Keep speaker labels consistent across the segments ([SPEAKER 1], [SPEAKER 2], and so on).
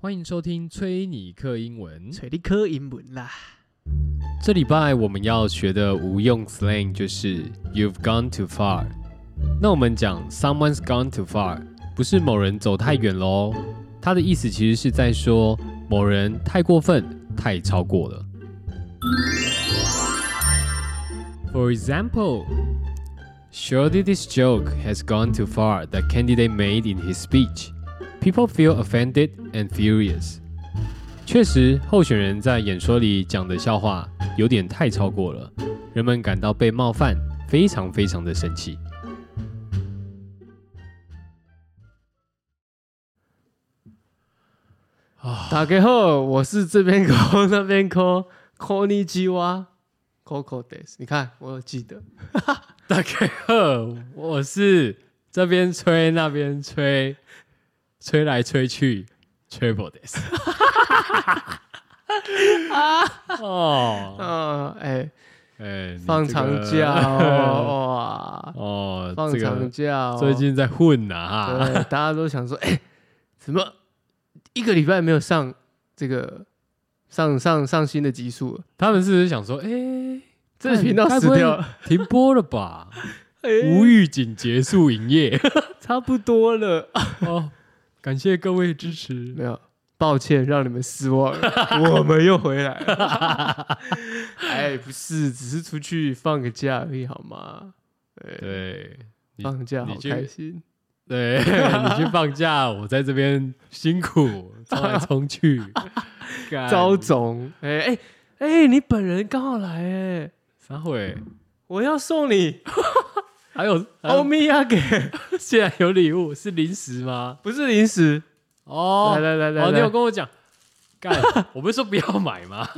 [SPEAKER 1] 欢迎收听崔尼克英文。
[SPEAKER 2] 找你考英文啦。
[SPEAKER 1] 这礼拜我们要学的无用 slang 就是 "You've gone too far"。那我们讲 "Someone's gone too far" 不是某人走太远喽，它的意思其实是在说某人太过分、太超过了。For example, surely this joke has gone too far that candidate made in his speech. People feel offended and furious. 确实，候选人在演说里讲的笑话有点太超过了，人们感到被冒犯，非常非常的生气。啊
[SPEAKER 2] 大家好，我是这边 call 那边 call c o n i j i w a Coco Days。你看，我有记得。
[SPEAKER 1] 大家好，我是这边吹那边吹，吹来吹去，Triple This。哦，
[SPEAKER 2] 嗯，哎，
[SPEAKER 1] 哎，你
[SPEAKER 2] 放
[SPEAKER 1] 这
[SPEAKER 2] 长
[SPEAKER 1] 个
[SPEAKER 2] 假哦哇，
[SPEAKER 1] 哦，
[SPEAKER 2] 放
[SPEAKER 1] 这个
[SPEAKER 2] 长假哦。
[SPEAKER 1] 最近在混呐、啊，
[SPEAKER 2] 对，大家都想说，哎，怎么一个礼拜没有上这个上上上新的集数了？
[SPEAKER 1] 他们是不是想说，哎、
[SPEAKER 2] 这个频道
[SPEAKER 1] 该
[SPEAKER 2] 死
[SPEAKER 1] 不会
[SPEAKER 2] 掉了，
[SPEAKER 1] 停播了吧？
[SPEAKER 2] 哎
[SPEAKER 1] 无预警结束营 业
[SPEAKER 2] 差不多了。
[SPEAKER 1] 哦，感谢各位支持。
[SPEAKER 2] 没有，抱歉让你们失望 了，我们又回来了。哎，不是，只是出去放个假而已，好吗？对，
[SPEAKER 1] 对你
[SPEAKER 2] 放个假
[SPEAKER 1] 你
[SPEAKER 2] 好
[SPEAKER 1] 去
[SPEAKER 2] 开心。
[SPEAKER 1] 对， 你去放假，我在这边辛 苦冲来冲去，干
[SPEAKER 2] 招总，哎哎哎，你本人刚好来哎，
[SPEAKER 1] 啥会？
[SPEAKER 2] 我要送你
[SPEAKER 1] 还有
[SPEAKER 2] 欧
[SPEAKER 1] 哦，
[SPEAKER 2] 米亚给，
[SPEAKER 1] 竟然有礼物是零食吗？
[SPEAKER 2] 不是零食。
[SPEAKER 1] 哦，
[SPEAKER 2] 来来来来
[SPEAKER 1] 哦，你有
[SPEAKER 2] 来，
[SPEAKER 1] 跟我讲，干，我不是说不要买吗？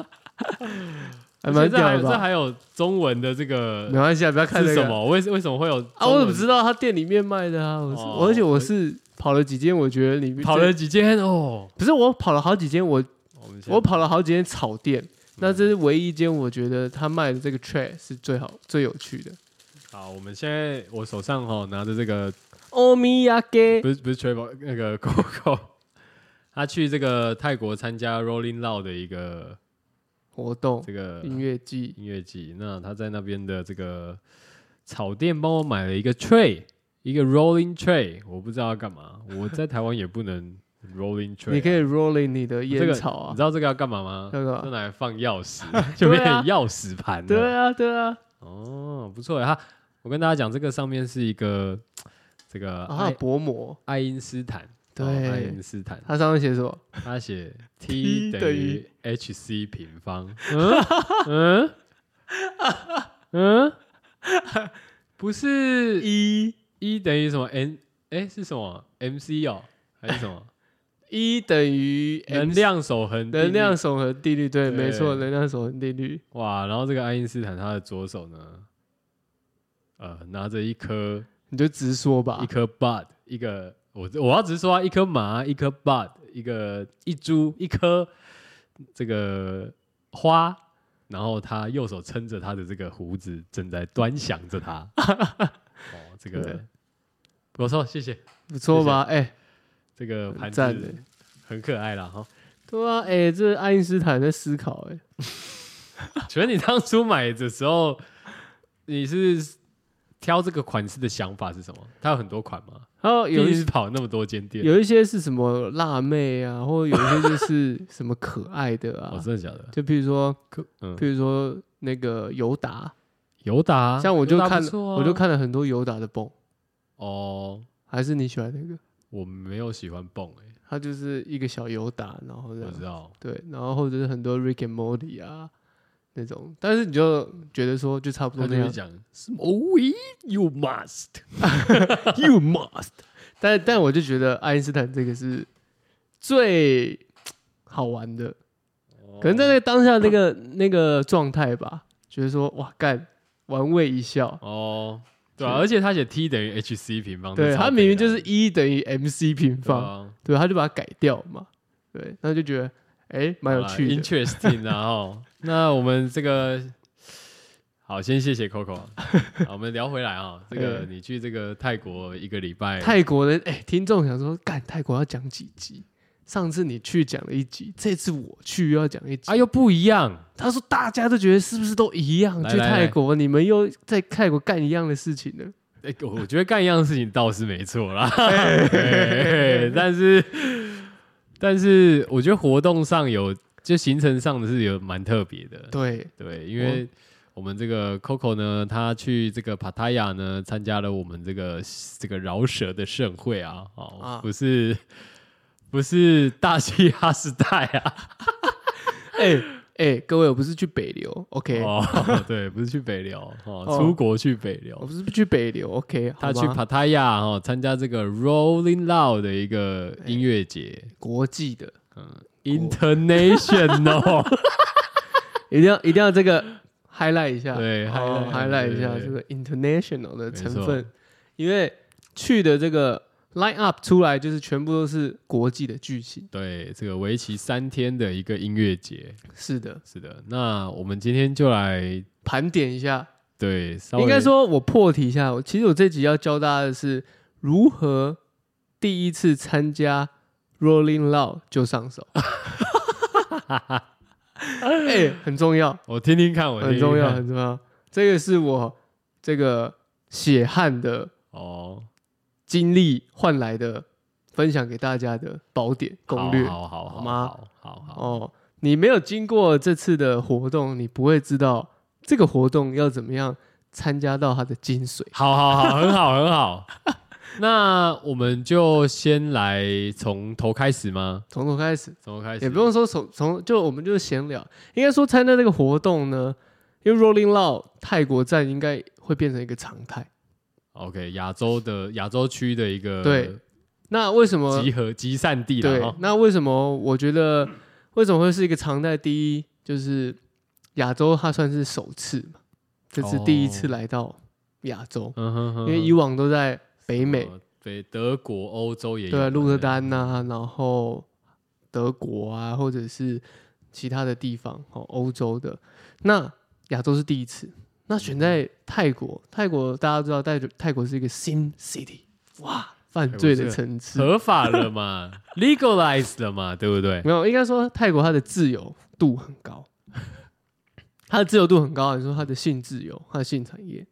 [SPEAKER 2] 还蛮
[SPEAKER 1] 而且这
[SPEAKER 2] 屌
[SPEAKER 1] 还
[SPEAKER 2] 的
[SPEAKER 1] 有这
[SPEAKER 2] 吧？
[SPEAKER 1] 还有中文的这个
[SPEAKER 2] 没关系啊，不要看
[SPEAKER 1] 是
[SPEAKER 2] 这
[SPEAKER 1] 什
[SPEAKER 2] 个
[SPEAKER 1] 么？为为什么会有
[SPEAKER 2] 啊！我怎
[SPEAKER 1] 道？
[SPEAKER 2] 么知道他店里面卖的啊？我是
[SPEAKER 1] 哦
[SPEAKER 2] 而且我是跑了几间，我觉得你
[SPEAKER 1] 跑了，几间哦，
[SPEAKER 2] 不是我跑了好几间，我
[SPEAKER 1] 我们先
[SPEAKER 2] 我跑了好几间草店，那这是唯一一间我觉得他卖的这个 tray 是最好、最有趣的。
[SPEAKER 1] 好，我们现在我手上哈、拿着这个
[SPEAKER 2] 欧米亚给
[SPEAKER 1] 不是不是 Travel 那个 Coco，他去这个泰国参加 Rolling Loud 的一个
[SPEAKER 2] 活动
[SPEAKER 1] 这个
[SPEAKER 2] 音乐季，
[SPEAKER 1] 音乐季，那他在那边的这个草店帮我买了一个 tray，一个 rolling tray，我不知道要干嘛，我在台湾也不能 rolling tray，啊、
[SPEAKER 2] 你可以 rolling 你的
[SPEAKER 1] 这
[SPEAKER 2] 烟
[SPEAKER 1] 个
[SPEAKER 2] 草
[SPEAKER 1] 你
[SPEAKER 2] 啊
[SPEAKER 1] 知，道这个要干嘛吗？
[SPEAKER 2] 那
[SPEAKER 1] 是
[SPEAKER 2] 个啊
[SPEAKER 1] 拿来放钥 匙，就变成钥匙盘了。
[SPEAKER 2] 对啊对啊，
[SPEAKER 1] 哦，不错耶它我跟大家讲，这个上面是一个这个
[SPEAKER 2] 啊还
[SPEAKER 1] 爱
[SPEAKER 2] 有薄膜，
[SPEAKER 1] 爱因斯坦，
[SPEAKER 2] 对
[SPEAKER 1] 哦爱因斯坦，
[SPEAKER 2] 它上面写什么？
[SPEAKER 1] 他 写 t
[SPEAKER 2] T
[SPEAKER 1] 等
[SPEAKER 2] 等
[SPEAKER 1] 于
[SPEAKER 2] 于
[SPEAKER 1] h c 平 方。嗯嗯嗯，不是一一等于什么 n？哎、是什么 m c 哦，还是什 么
[SPEAKER 2] 一等于 MC
[SPEAKER 1] 能量守恒定律？
[SPEAKER 2] 能量守恒定律，
[SPEAKER 1] 对
[SPEAKER 2] 对，没错，能量守恒定律。
[SPEAKER 1] 哇！然后这个爱因斯坦他的左手呢，呃，拿着一颗
[SPEAKER 2] 你就直说吧
[SPEAKER 1] 一，颗 bud，一个我我要只是说啊一颗麻，一颗 bud，一个一株一颗这个花，然后他右手撑着他的这个胡子，正在端详着 他。哦，这个
[SPEAKER 2] 对
[SPEAKER 1] 不错，谢谢
[SPEAKER 2] 不错吧？哎，
[SPEAKER 1] 这个盘
[SPEAKER 2] 很
[SPEAKER 1] 子
[SPEAKER 2] 赞欸的。
[SPEAKER 1] 很可爱啦哈。
[SPEAKER 2] 对啊，哎，这爱因斯坦在思考，哎，
[SPEAKER 1] 请问你当初买的时候，你是挑这个款式的想法是什么？它有很多款吗？
[SPEAKER 2] 然后有
[SPEAKER 1] 毕
[SPEAKER 2] 一
[SPEAKER 1] 竟跑那么多间店，
[SPEAKER 2] 有一些是什么辣妹啊，或者有一些就是什么可爱的
[SPEAKER 1] 哦，
[SPEAKER 2] 啊，
[SPEAKER 1] 真的假的？
[SPEAKER 2] 就譬如说，
[SPEAKER 1] 可嗯，
[SPEAKER 2] 譬如说那个尤达，
[SPEAKER 1] 尤达啊，
[SPEAKER 2] 像我就
[SPEAKER 1] 尤达
[SPEAKER 2] 看
[SPEAKER 1] 不，错啊
[SPEAKER 2] 我就看了很多尤达的蹦，
[SPEAKER 1] 哦，
[SPEAKER 2] 还是你喜欢那个？
[SPEAKER 1] 我没有喜欢蹦哎、
[SPEAKER 2] 他就是一个小尤达，然后这
[SPEAKER 1] 我知
[SPEAKER 2] 样
[SPEAKER 1] 道，
[SPEAKER 2] 对，啊然后或者是很多 Rick and Morty 啊那种，但是你就觉得说就差不
[SPEAKER 1] 他
[SPEAKER 2] 多
[SPEAKER 1] 就
[SPEAKER 2] 哦
[SPEAKER 1] 会
[SPEAKER 2] 那样
[SPEAKER 1] 讲 “smoke you must”，
[SPEAKER 2] ，You must，但 但我就觉得爱因斯坦这个是最好玩的， 可能在那个当下那个那个状态吧，觉得说哇干，玩味一笑。
[SPEAKER 1] 哦，对啊，而且他写 t 等于 h c 平方，
[SPEAKER 2] 对
[SPEAKER 1] 这超
[SPEAKER 2] 他明明就是
[SPEAKER 1] 北
[SPEAKER 2] 一、e、等于 mc 平
[SPEAKER 1] 蓝的
[SPEAKER 2] 方，
[SPEAKER 1] 啊
[SPEAKER 2] 对，他就把它改掉嘛，对，那就觉得哎蛮有趣的。
[SPEAKER 1] i n t e r e s t i n g 啊哦。那我们这个好，先谢谢 Coco 啊。好我们聊回来啊，这个
[SPEAKER 2] 哎
[SPEAKER 1] 你去这个泰国一个礼拜，
[SPEAKER 2] 泰国人哎，听众想说干泰国要讲几集？上次你去讲了一集，这次我去又要讲一集。
[SPEAKER 1] 啊，又不一样。
[SPEAKER 2] 他说大家都觉得是不是都一样？
[SPEAKER 1] 来
[SPEAKER 2] 去
[SPEAKER 1] 来
[SPEAKER 2] 泰
[SPEAKER 1] 来
[SPEAKER 2] 国，你们又在泰国干一样的事情呢？
[SPEAKER 1] 哎、我我觉得干一样的事情倒是没错 啦，哎 但是但是我觉得活动上有就行程上的是有蛮特别的，
[SPEAKER 2] 对，
[SPEAKER 1] 对，因为我们这个 Coco 呢，他去这个帕塔亚呢，参加了我们这个这个饶舌的盛会啊，哦，
[SPEAKER 2] 啊
[SPEAKER 1] 不是不是大嘻哈时代啊，
[SPEAKER 2] 哎、哎、各位，我不是去北流，OK，、
[SPEAKER 1] 哦，对，不是去北流，哦，
[SPEAKER 2] 哦
[SPEAKER 1] 出国去北流
[SPEAKER 2] 我，不是去北流，OK，好
[SPEAKER 1] 他
[SPEAKER 2] 吗
[SPEAKER 1] 去帕塔亚哦，参加这个 Rolling Loud 的一个
[SPEAKER 2] 哎
[SPEAKER 1] 音乐节、
[SPEAKER 2] 国际的，
[SPEAKER 1] i n t e r n a t i o n a l
[SPEAKER 2] 一定要一定要这个 highlight 一下，
[SPEAKER 1] 对
[SPEAKER 2] 哦
[SPEAKER 1] highlight
[SPEAKER 2] ，highlight 一下
[SPEAKER 1] 对对对
[SPEAKER 2] 这个 international 的成
[SPEAKER 1] 没
[SPEAKER 2] 分
[SPEAKER 1] 错，
[SPEAKER 2] 因为去的这个 line up 出来就是全部都是国际的巨星，
[SPEAKER 1] 对，这个为期三天的一个音乐节，
[SPEAKER 2] 是的，
[SPEAKER 1] 是的。那我们今天就来
[SPEAKER 2] 盘点一下，
[SPEAKER 1] 对，稍微
[SPEAKER 2] 应该说我破题一下，我其实我这集要教大家的是如何第一次参加 Rolling Loud 就上 手，哎、很重要。
[SPEAKER 1] 我听听看，我听
[SPEAKER 2] 很
[SPEAKER 1] 听看
[SPEAKER 2] 重要，很重要。这个是我这个血汗的
[SPEAKER 1] 哦，
[SPEAKER 2] 经历换来的，分享给大家的宝典攻略
[SPEAKER 1] 好好好好
[SPEAKER 2] 好吗
[SPEAKER 1] 好好好
[SPEAKER 2] 哦。你没有经过这次的活动，你不会知道这个活动要怎么样参加到它的精髓。
[SPEAKER 1] 好好好，很好很好。那我们就先来从头开始吗？
[SPEAKER 2] 从头开始，
[SPEAKER 1] 从头开始
[SPEAKER 2] 也不用说从从就我们就闲聊，应该说参加这个活动呢，因为 Rolling Loud 泰国站应该会变成一个常态。
[SPEAKER 1] OK，亚洲的亚洲区的一个
[SPEAKER 2] 对那为什么
[SPEAKER 1] 集合集散地
[SPEAKER 2] 对
[SPEAKER 1] 了哦，
[SPEAKER 2] 那为什么我觉得为什么会是一个常态？第一就是亚洲，它算是首次嘛，这是第一次
[SPEAKER 1] 哦
[SPEAKER 2] 来到亚洲，
[SPEAKER 1] 嗯哼哼
[SPEAKER 2] 因为以往都在北美，
[SPEAKER 1] 呃北德国、欧洲也有
[SPEAKER 2] 对啊，
[SPEAKER 1] 嘛
[SPEAKER 2] 鹿特丹呐、然后德国啊，或者是其他的地方哦，欧洲的。那亚洲是第一次，那选在泰国，泰国大家知道，泰泰国是一个新 city，哇，犯
[SPEAKER 1] 泰国
[SPEAKER 2] 罪
[SPEAKER 1] 是
[SPEAKER 2] 的
[SPEAKER 1] 个
[SPEAKER 2] 城
[SPEAKER 1] 对
[SPEAKER 2] 市，
[SPEAKER 1] 合法了嘛，legalized 了嘛，对不对？
[SPEAKER 2] 没有，应该说泰国它的自由度很高， 它的自由度很高。你说它的性自由，它的性产业，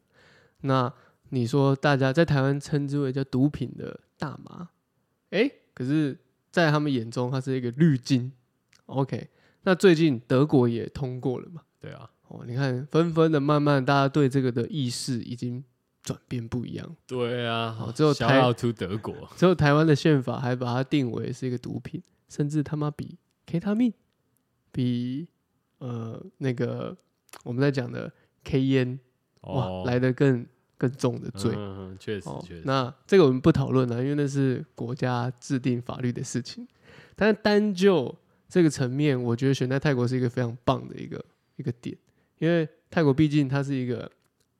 [SPEAKER 2] 那你说大家在台湾称之为叫毒品的大麻，诶，可是，在他们眼中它是一个滤镜。OK，那最近德国也通过了嘛？
[SPEAKER 1] 对啊，
[SPEAKER 2] 哦，你看，纷纷的，慢慢大家对这个的意识已经转变不一样了。
[SPEAKER 1] 对啊，
[SPEAKER 2] 好只有
[SPEAKER 1] Shout
[SPEAKER 2] 台
[SPEAKER 1] out to 德国，
[SPEAKER 2] 只有台湾的宪法还把它定为是一个毒品，甚至他妈比 K 他命，比呃那个我们在讲的 K 烟、
[SPEAKER 1] 哦，
[SPEAKER 2] 哇来的更更重的罪。
[SPEAKER 1] 嗯，嗯确实
[SPEAKER 2] 哦
[SPEAKER 1] 确，实，
[SPEAKER 2] 那这个我们不讨论了，啊因为那是国家制定法律的事情。但是单就这个层面，我觉得选在泰国是一个非常棒的一个一个点，因为泰国毕竟它是一个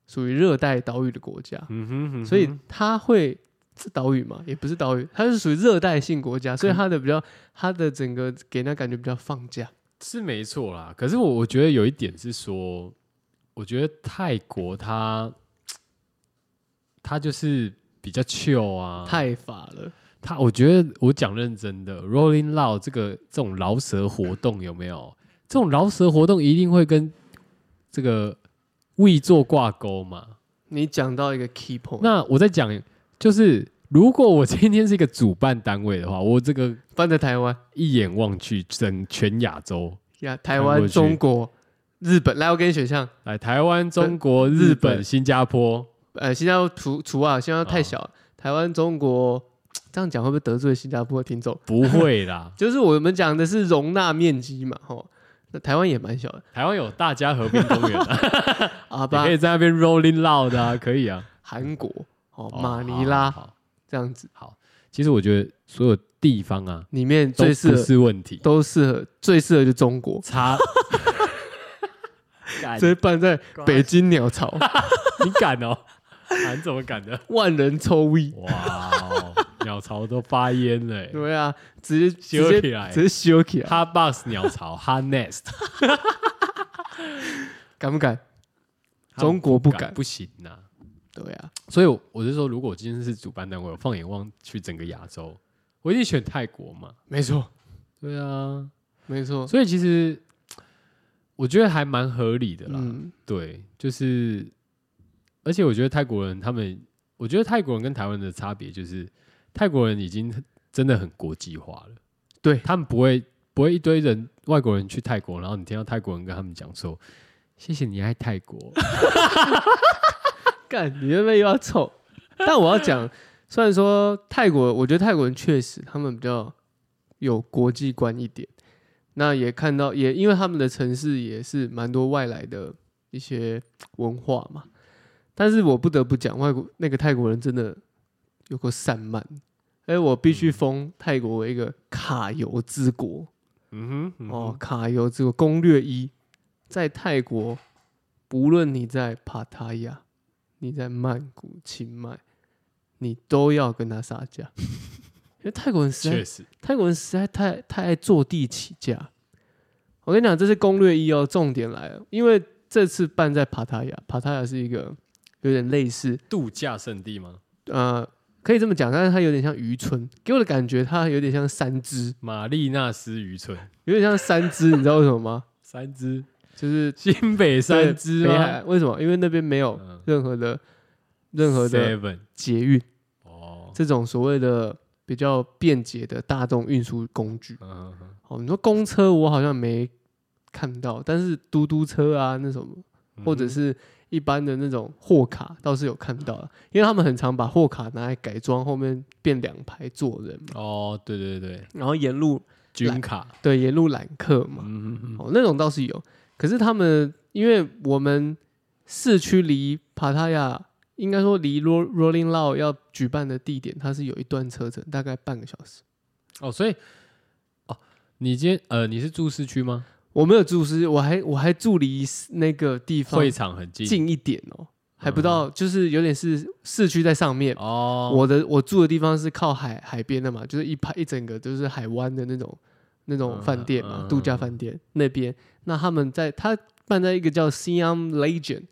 [SPEAKER 2] 属于热带岛屿的国家，
[SPEAKER 1] 嗯哼嗯哼，
[SPEAKER 2] 所以它会是岛屿嘛，也不是岛屿，它是属于热带性国家，所以它的比较，它的整个给人家感觉比较放假。
[SPEAKER 1] 是没错啦。可是我我觉得有一点是说，我觉得泰国它它就是比较 chill 啊，
[SPEAKER 2] 太法了，
[SPEAKER 1] 他，我觉得我讲认真的，Rolling Loud 这个这种饶舌活动有没有？这种饶舌活动一定会跟这个 We 做挂钩嘛？
[SPEAKER 2] 你讲到一个 key point，
[SPEAKER 1] 那我在讲，就是如果我今天是一个主办单位的话，我这个
[SPEAKER 2] 放在台湾
[SPEAKER 1] 一眼望去，整全亚洲，
[SPEAKER 2] 呀，台
[SPEAKER 1] 翻
[SPEAKER 2] 湾、
[SPEAKER 1] 过去
[SPEAKER 2] 中国、日本，来，我给你选项，
[SPEAKER 1] 来台湾、中国、日本、新加坡，
[SPEAKER 2] 呃，新加坡除除啊，新加坡太小了，台湾、中国，这样讲会不会得罪新加坡的听众？。
[SPEAKER 1] 不会啦
[SPEAKER 2] 就是我们讲的是容纳面积嘛，吼，那台湾也蛮小的，
[SPEAKER 1] 台湾有大家和平公园、啊，
[SPEAKER 2] 好
[SPEAKER 1] 你
[SPEAKER 2] 吧
[SPEAKER 1] 可，以在那边 Rolling Loud 啊，可以啊。
[SPEAKER 2] 韩国，哦，
[SPEAKER 1] 哦
[SPEAKER 2] 马尼拉
[SPEAKER 1] 好好
[SPEAKER 2] 这样子，
[SPEAKER 1] 好，其实我觉得所有地方啊，
[SPEAKER 2] 里面
[SPEAKER 1] 都
[SPEAKER 2] 最适
[SPEAKER 1] 不
[SPEAKER 2] 合
[SPEAKER 1] 是问题，
[SPEAKER 2] 都适合，最适合就中国，
[SPEAKER 1] 差。哎
[SPEAKER 2] 直接办在北京鸟巢，
[SPEAKER 1] 你敢哦？俺怎么敢的？
[SPEAKER 2] 万人抽 V。
[SPEAKER 1] 哇哦，鸟巢都发烟了欸。
[SPEAKER 2] 对啊，直接
[SPEAKER 1] 修起
[SPEAKER 2] 直接
[SPEAKER 1] 来
[SPEAKER 2] 直接修起来，
[SPEAKER 1] 哈 box 鸟巢，哈 nest，
[SPEAKER 2] 敢不敢？ 中国不
[SPEAKER 1] 他们
[SPEAKER 2] 敢
[SPEAKER 1] 不行呐。
[SPEAKER 2] 对啊，
[SPEAKER 1] 所以我我是说，如果我今天是主办单位，我放眼望去整个亚洲，我一定选泰国嘛。
[SPEAKER 2] 没错，
[SPEAKER 1] 对啊，
[SPEAKER 2] 没错，
[SPEAKER 1] 所以其实我觉得还蛮合理的啦。
[SPEAKER 2] 嗯，
[SPEAKER 1] 对，就是，而且我觉得泰国人他们，我觉得泰国人跟台湾人的差别就是，泰国人已经真的很国际化了。
[SPEAKER 2] 对
[SPEAKER 1] 他们不会不会一堆人外国人去泰国，然后你听到泰国人跟他们讲说：“谢谢你爱泰国。
[SPEAKER 2] 干，你那边又要臭。但我要讲，虽然说泰国，我觉得泰国人确实他们比较有国际观一点。那也看到，也因为他们的城市也是蛮多外来的一些文化嘛。但是我不得不讲，外国那个泰国人真的有够散漫。哎，我必须封泰国为一个卡游之国。”
[SPEAKER 1] 嗯哼，
[SPEAKER 2] 哦
[SPEAKER 1] 哦，，
[SPEAKER 2] 卡游这个攻略一，在泰国，不论你在帕塔亚，你在曼谷、清迈，你都要跟他杀价， 因为泰国人实
[SPEAKER 1] 确
[SPEAKER 2] 在，
[SPEAKER 1] 实，
[SPEAKER 2] 泰国人实在太太爱坐地起价。我跟你讲，这是攻略一哦，重点来了，因为这次办在帕塔亚，帕塔亚是一个有点类似，
[SPEAKER 1] 度假胜地吗？
[SPEAKER 2] 呃，可以这么讲，但是它有点像渔村，给我的感觉它有点像三只，
[SPEAKER 1] 玛丽纳斯渔村，
[SPEAKER 2] 有点像三只，你知道为什么吗？
[SPEAKER 1] 三只，
[SPEAKER 2] 就是
[SPEAKER 1] 新北
[SPEAKER 2] 对哎
[SPEAKER 1] 三只
[SPEAKER 2] 北
[SPEAKER 1] 吗？
[SPEAKER 2] 海为什么？因为那边没有
[SPEAKER 1] 嗯
[SPEAKER 2] 任何的、任何的
[SPEAKER 1] seven
[SPEAKER 2] 捷运
[SPEAKER 1] 哦，
[SPEAKER 2] 这种所谓的比较便捷的大众运输工具。
[SPEAKER 1] 嗯嗯嗯
[SPEAKER 2] 哦，你说公车我好像没看到，但是嘟嘟车啊那什么，
[SPEAKER 1] 嗯
[SPEAKER 2] 或者是一般的那种货卡倒是有看到了，因为他们很常把货卡拿来改装，后面变两排坐人嘛，
[SPEAKER 1] 哦，对对对，
[SPEAKER 2] 然后沿路
[SPEAKER 1] 军卡，
[SPEAKER 2] 对沿路揽客嘛，
[SPEAKER 1] 嗯嗯嗯，
[SPEAKER 2] 哦，那种倒是有，可是他们因为我们市区离帕塔亚，应该说离 Ro- Rolling Loud 要举办的地点，它是有一段车程，大概半个小时。
[SPEAKER 1] 哦，所以哦，你今天呃，你是住市区吗？
[SPEAKER 2] 我没有住是，我还我还住离那个地方
[SPEAKER 1] 会场很近，
[SPEAKER 2] 嗯近一点哦，还
[SPEAKER 1] 嗯
[SPEAKER 2] 不到，就是有点是市区在上面。
[SPEAKER 1] 哦，
[SPEAKER 2] 我的我住的地方是靠海海边的嘛，就是一排一整个就是海湾的那种那种饭店嘛，
[SPEAKER 1] 嗯嗯
[SPEAKER 2] 度假饭店那边。那他们在他办在一个叫 Siam Legend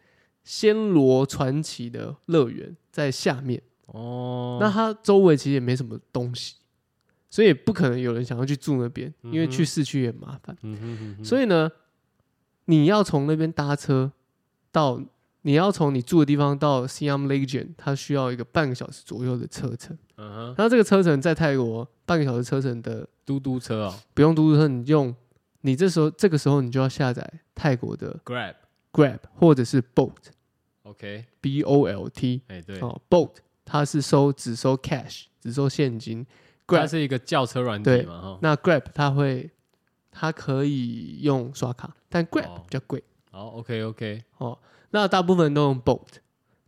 [SPEAKER 2] 暹罗传奇的乐园在下面，
[SPEAKER 1] 哦，
[SPEAKER 2] 那它周围其实也没什么东西，所以也不可能有人想要去住那边，因为
[SPEAKER 1] 嗯哼
[SPEAKER 2] 去市区也很麻烦。
[SPEAKER 1] 嗯哼哼哼
[SPEAKER 2] 所以呢，你要从那边搭车到你要从你住的地方到 Siam Legend，它需要一个半个小时左右的车程。
[SPEAKER 1] 嗯哼，
[SPEAKER 2] 那这个车程在泰国半个小时车程的，
[SPEAKER 1] 嘟嘟车哦
[SPEAKER 2] 不用嘟嘟车，你用你这时候这个时候你就要下载泰国的
[SPEAKER 1] ，Grab。
[SPEAKER 2] Grab 或者是 Bolt
[SPEAKER 1] OK，
[SPEAKER 2] B O L T
[SPEAKER 1] 哎、对，
[SPEAKER 2] 哦 Bolt，它是收只收 cash 只收现金
[SPEAKER 1] 它
[SPEAKER 2] ，Grab
[SPEAKER 1] 是一个轿车软
[SPEAKER 2] 对
[SPEAKER 1] 体嘛，哈。
[SPEAKER 2] 那 Grab 它会它可以用刷卡，但 Grab
[SPEAKER 1] 哦
[SPEAKER 2] 比较贵
[SPEAKER 1] 好，OK OK，
[SPEAKER 2] 哦。那大部分都用 Bolt，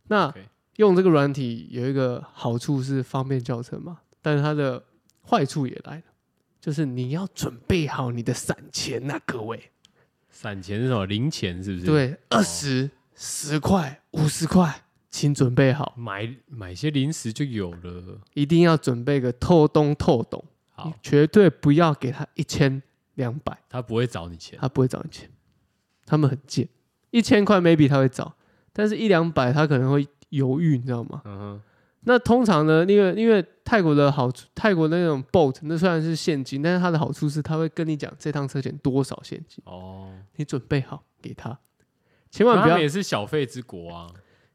[SPEAKER 2] 那
[SPEAKER 1] OK
[SPEAKER 2] 用这个软体有一个好处是方便教程嘛，但是它的坏处也来了，就是你要准备好你的散钱呐、各位。
[SPEAKER 1] 散钱是什么？零钱是不是？，哦
[SPEAKER 2] 对，二十、十块、五十块，请准备好，
[SPEAKER 1] 买买些零食就有了。
[SPEAKER 2] 一定要准备个透东透懂，你
[SPEAKER 1] 好，
[SPEAKER 2] 绝对不要给他一千两百，
[SPEAKER 1] 他不会找你钱。
[SPEAKER 2] 他不会找你钱，他们很贱，一千块 maybe 他会找，但是一两百他可能会犹豫，你知道吗？
[SPEAKER 1] 嗯哼，
[SPEAKER 2] 那通常呢，因为因为泰国的好处，泰国那种 boat 那虽然是现金，但是它的好处是它会跟你讲这趟车钱多少现金，
[SPEAKER 1] 哦，
[SPEAKER 2] 你准备好给他，千
[SPEAKER 1] 可
[SPEAKER 2] 万
[SPEAKER 1] 他
[SPEAKER 2] 不
[SPEAKER 1] 们
[SPEAKER 2] 要
[SPEAKER 1] 也是小费之国啊。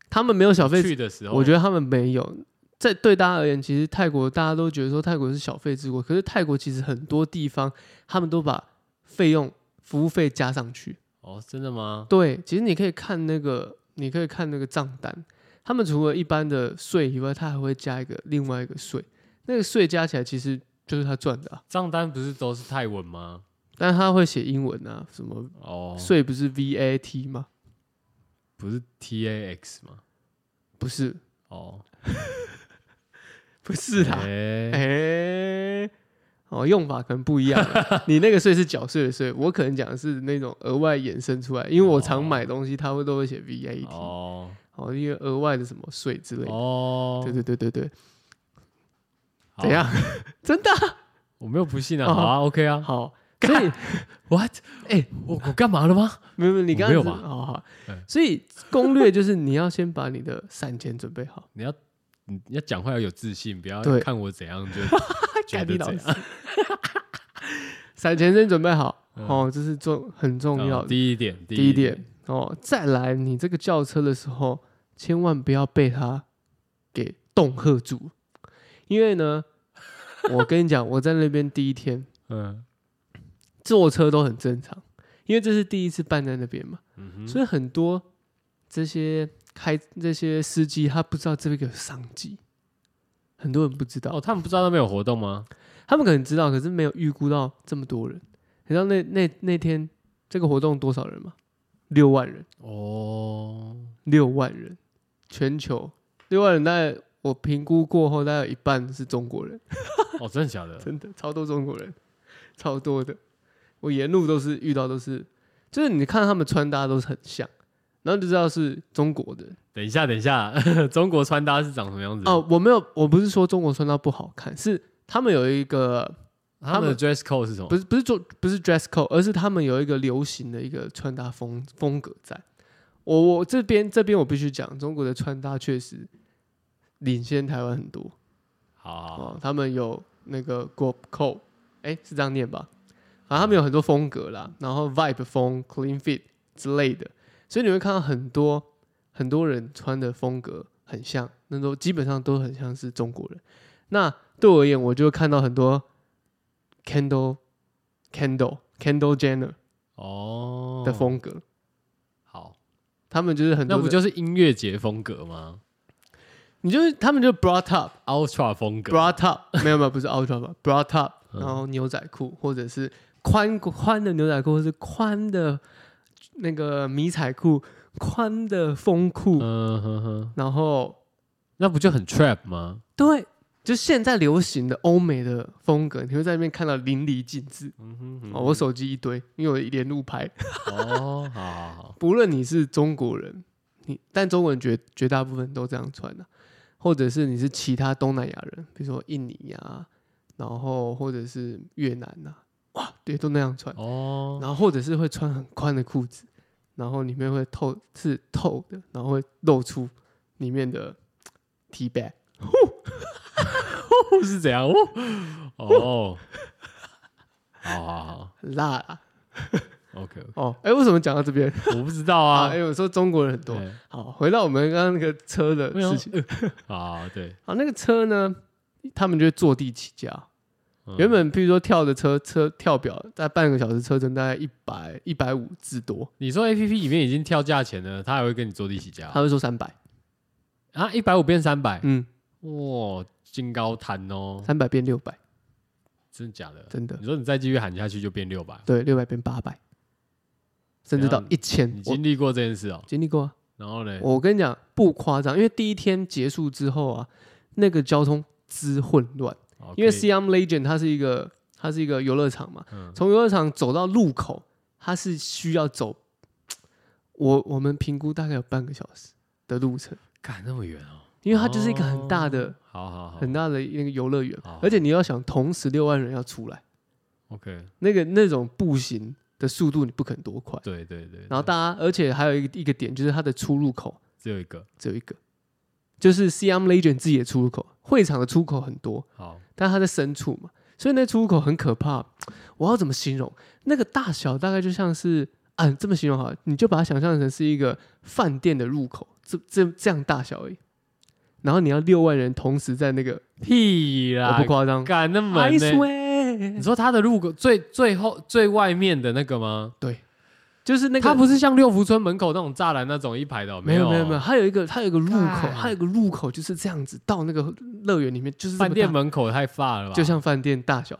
[SPEAKER 2] 他们没有小费，
[SPEAKER 1] 去的哦时候，
[SPEAKER 2] 我觉
[SPEAKER 1] 得
[SPEAKER 2] 得他们没有。在对大家而言，其实泰国大家都觉得说泰国是小费之国，可是泰国其实很多地方他们都把费用服务费加上去。
[SPEAKER 1] 哦，真的吗？
[SPEAKER 2] 对，其实你可以看那个，你可以看那个账单，他们除了一般的税以外，他还会加一个另外一个税，那个税加起来其实就是他赚的啊，
[SPEAKER 1] 账单不是都是泰文吗？
[SPEAKER 2] 但是他会写英文啊，什么
[SPEAKER 1] 哦，
[SPEAKER 2] 税不是 VAT 吗？
[SPEAKER 1] 不是 TAX 吗？
[SPEAKER 2] 不是，
[SPEAKER 1] 哦，
[SPEAKER 2] 不是啦，
[SPEAKER 1] 哎
[SPEAKER 2] 哎、哦，用法可能不一样啊。 你那个税是缴税的税，我可能讲的是那种额外衍生出来，因为我常买东西，他会都会写 VAT，哦
[SPEAKER 1] 哦
[SPEAKER 2] 因为额外的什么税之类的。
[SPEAKER 1] 哦，
[SPEAKER 2] 对对对对对，
[SPEAKER 1] 好
[SPEAKER 2] 怎？样？ 真的啊、
[SPEAKER 1] 我没有不信
[SPEAKER 2] 哦
[SPEAKER 1] 啊，好啊，OK 啊
[SPEAKER 2] 好，所以
[SPEAKER 1] ，What？
[SPEAKER 2] 哎
[SPEAKER 1] 我我干嘛了吗？
[SPEAKER 2] 没有没有，你
[SPEAKER 1] 我
[SPEAKER 2] 刚
[SPEAKER 1] 没
[SPEAKER 2] 刚
[SPEAKER 1] 有
[SPEAKER 2] 只
[SPEAKER 1] 吧
[SPEAKER 2] 好好
[SPEAKER 1] 嗯，。
[SPEAKER 2] 所以攻略就是你要先把你的散钱准备好
[SPEAKER 1] 你要你要讲话要有自信，不要
[SPEAKER 2] 对
[SPEAKER 1] 看我怎样就觉
[SPEAKER 2] 干
[SPEAKER 1] 得
[SPEAKER 2] 你老
[SPEAKER 1] 怎
[SPEAKER 2] 师
[SPEAKER 1] 样。
[SPEAKER 2] 闪钱先准备好
[SPEAKER 1] 嗯
[SPEAKER 2] 哦，这是重很重要
[SPEAKER 1] 哦
[SPEAKER 2] 的
[SPEAKER 1] 第一点，
[SPEAKER 2] 第一点哦。再来，你这个轿车的时候，千万不要被它给恫吓住，因 为呢，我跟你讲，我在那边第一天
[SPEAKER 1] 嗯，
[SPEAKER 2] 坐车都很正常，因为这是第一次办在那边嘛，
[SPEAKER 1] 嗯哼，
[SPEAKER 2] 所以很多这些开这些司机他不知道这个有商机，很多人不知道
[SPEAKER 1] 哦，他们不知道那边有活动吗？
[SPEAKER 2] 他们可能知道，可是没有预估到这么多人。你知道那那那天这个活动多少人吗？六万人，
[SPEAKER 1] 哦，
[SPEAKER 2] 六万人，全球六万人，大概我评估过后，大概有一半是中国人，
[SPEAKER 1] 哦，真的假的？
[SPEAKER 2] 真的超多中国人，超多的。我沿路都是遇到都是，就是你看他们穿搭都是很像，然后就知道是中国的。
[SPEAKER 1] 等一下，等一下， 中国穿搭是长什么样子？
[SPEAKER 2] 哦，我没有，我不是说中国穿搭不好看，是他们有一个
[SPEAKER 1] 他们的 dress code 是什么？
[SPEAKER 2] 不是不是做不是 dress code，而是他们有一个流行的一个穿搭风风格在。我我这边这边我必须讲，中国的穿搭确实领先台湾很多
[SPEAKER 1] 好好好，
[SPEAKER 2] 哦，他们有那个 gop code，哎、是这样念吧？啊，他们有很多风格啦，然后 vibe 风、clean fit 之类的，所以你会看到很多很多人穿的风格很像，那都基本上都很像是中国人。那对我而言，我就会看到很多 Kendall Kendall Kendall Jenner
[SPEAKER 1] 哦，
[SPEAKER 2] 的风格，
[SPEAKER 1] 好，
[SPEAKER 2] 他们就是很多
[SPEAKER 1] 那
[SPEAKER 2] 的，
[SPEAKER 1] 不就是音乐节风格吗
[SPEAKER 2] 你就是他们就 brought up
[SPEAKER 1] ？Ultra 风格
[SPEAKER 2] bra top 没有没有不是 ultra 吧 bra top，
[SPEAKER 1] 嗯
[SPEAKER 2] 然后牛仔裤或者是宽宽的牛仔裤，或是宽的那个迷彩裤，宽的风裤，
[SPEAKER 1] 嗯哼哼，
[SPEAKER 2] 然后
[SPEAKER 1] 那不就很 trap 吗？
[SPEAKER 2] 对，就现在流行的欧美的风格，你会在那边看到淋漓尽致。
[SPEAKER 1] 嗯哼哼
[SPEAKER 2] 哦，我手机一堆，因为我连路拍，
[SPEAKER 1] 哦，好好好，
[SPEAKER 2] 不论你是中国人，你但中国人绝绝大部分都这样穿的、或者是你是其他东南亚人，比如说印尼呀、然后或者是越南呐、哇，对，都那样穿，
[SPEAKER 1] 哦，
[SPEAKER 2] 然后或者是会穿很宽的裤子，然后里面会透是透的，然后会露出里面的 T b a g
[SPEAKER 1] 是怎样？哦，哦，好好好
[SPEAKER 2] 很辣啦。
[SPEAKER 1] ，OK，OK
[SPEAKER 2] 哦，哎，为什么讲到这边
[SPEAKER 1] 我不知道
[SPEAKER 2] 啊？
[SPEAKER 1] 啊，
[SPEAKER 2] 哎，我说中国人很多。
[SPEAKER 1] 对，
[SPEAKER 2] 好，回到我们刚刚那个车的
[SPEAKER 1] 没有
[SPEAKER 2] 事情。
[SPEAKER 1] 啊，对，
[SPEAKER 2] 好，那个车呢，他们就会坐地起价。
[SPEAKER 1] 嗯
[SPEAKER 2] 原本譬如说跳的车车跳表，在半个小时车程大概一百一百五至多，
[SPEAKER 1] 你说 A P P 里面已经跳价钱了，他还会跟你坐地起价
[SPEAKER 2] 他会说三百，
[SPEAKER 1] 啊？一百五变三百，
[SPEAKER 2] 嗯，
[SPEAKER 1] 哇，金高谈哦，
[SPEAKER 2] 三百变六百，
[SPEAKER 1] 真的假的？
[SPEAKER 2] 真的
[SPEAKER 1] 你说你再继续喊下去就变六百，
[SPEAKER 2] 对，六百变八百，甚至到一千
[SPEAKER 1] 你，
[SPEAKER 2] 我
[SPEAKER 1] 经历过这件事哦？
[SPEAKER 2] 经历过啊。
[SPEAKER 1] 然后呢？
[SPEAKER 2] 我跟你讲不夸张，因为第一天结束之后啊，那个交通之混乱，
[SPEAKER 1] 哦
[SPEAKER 2] 因为
[SPEAKER 1] 可以
[SPEAKER 2] Siam Legend 它是一个它是一个游乐场嘛，
[SPEAKER 1] 嗯
[SPEAKER 2] 从游乐场走到路口，它是需要走，我我们评估大概有半个小时的路程，
[SPEAKER 1] 赶那么远哦，
[SPEAKER 2] 因为它就是一个很大的。
[SPEAKER 1] 哦好好好，
[SPEAKER 2] 很大的那个游乐园
[SPEAKER 1] 好，
[SPEAKER 2] 而且你要想，同时六万人要出来，
[SPEAKER 1] OK，
[SPEAKER 2] 那个那种步行的速度你不可能多快。
[SPEAKER 1] 对对对，
[SPEAKER 2] 然后大家，而且还有一个一个点就是它的出入口
[SPEAKER 1] 只有一个
[SPEAKER 2] 只有一个，就是 CM Legend 自己的出入口，会场的出口很多，
[SPEAKER 1] 好，
[SPEAKER 2] 但它在深处嘛，所以那出入口很可怕。我要怎么形容？那个大小大概就像是啊，这么形容好了，你就把它想象成是一个饭店的入口，这这这样大小而已。然后你要六万人同时在那个，
[SPEAKER 1] 屁
[SPEAKER 2] 我
[SPEAKER 1] 啦
[SPEAKER 2] 不，夸张
[SPEAKER 1] 赶那么
[SPEAKER 2] ，I
[SPEAKER 1] 啊呢？
[SPEAKER 2] swear，
[SPEAKER 1] 你说它的入口最最后最外面的那个吗？
[SPEAKER 2] 就是那个，
[SPEAKER 1] 它不是像六福村门口那种栅栏那种一排的哦，
[SPEAKER 2] 没有
[SPEAKER 1] 有
[SPEAKER 2] 没
[SPEAKER 1] 没
[SPEAKER 2] 有没有，，它有一个它有一个入口，
[SPEAKER 1] 干
[SPEAKER 2] 它有一个入口就是这样子到那个乐园里面，就是这么
[SPEAKER 1] 饭店
[SPEAKER 2] 大，
[SPEAKER 1] 门口太发了吧？
[SPEAKER 2] 就像饭店大小。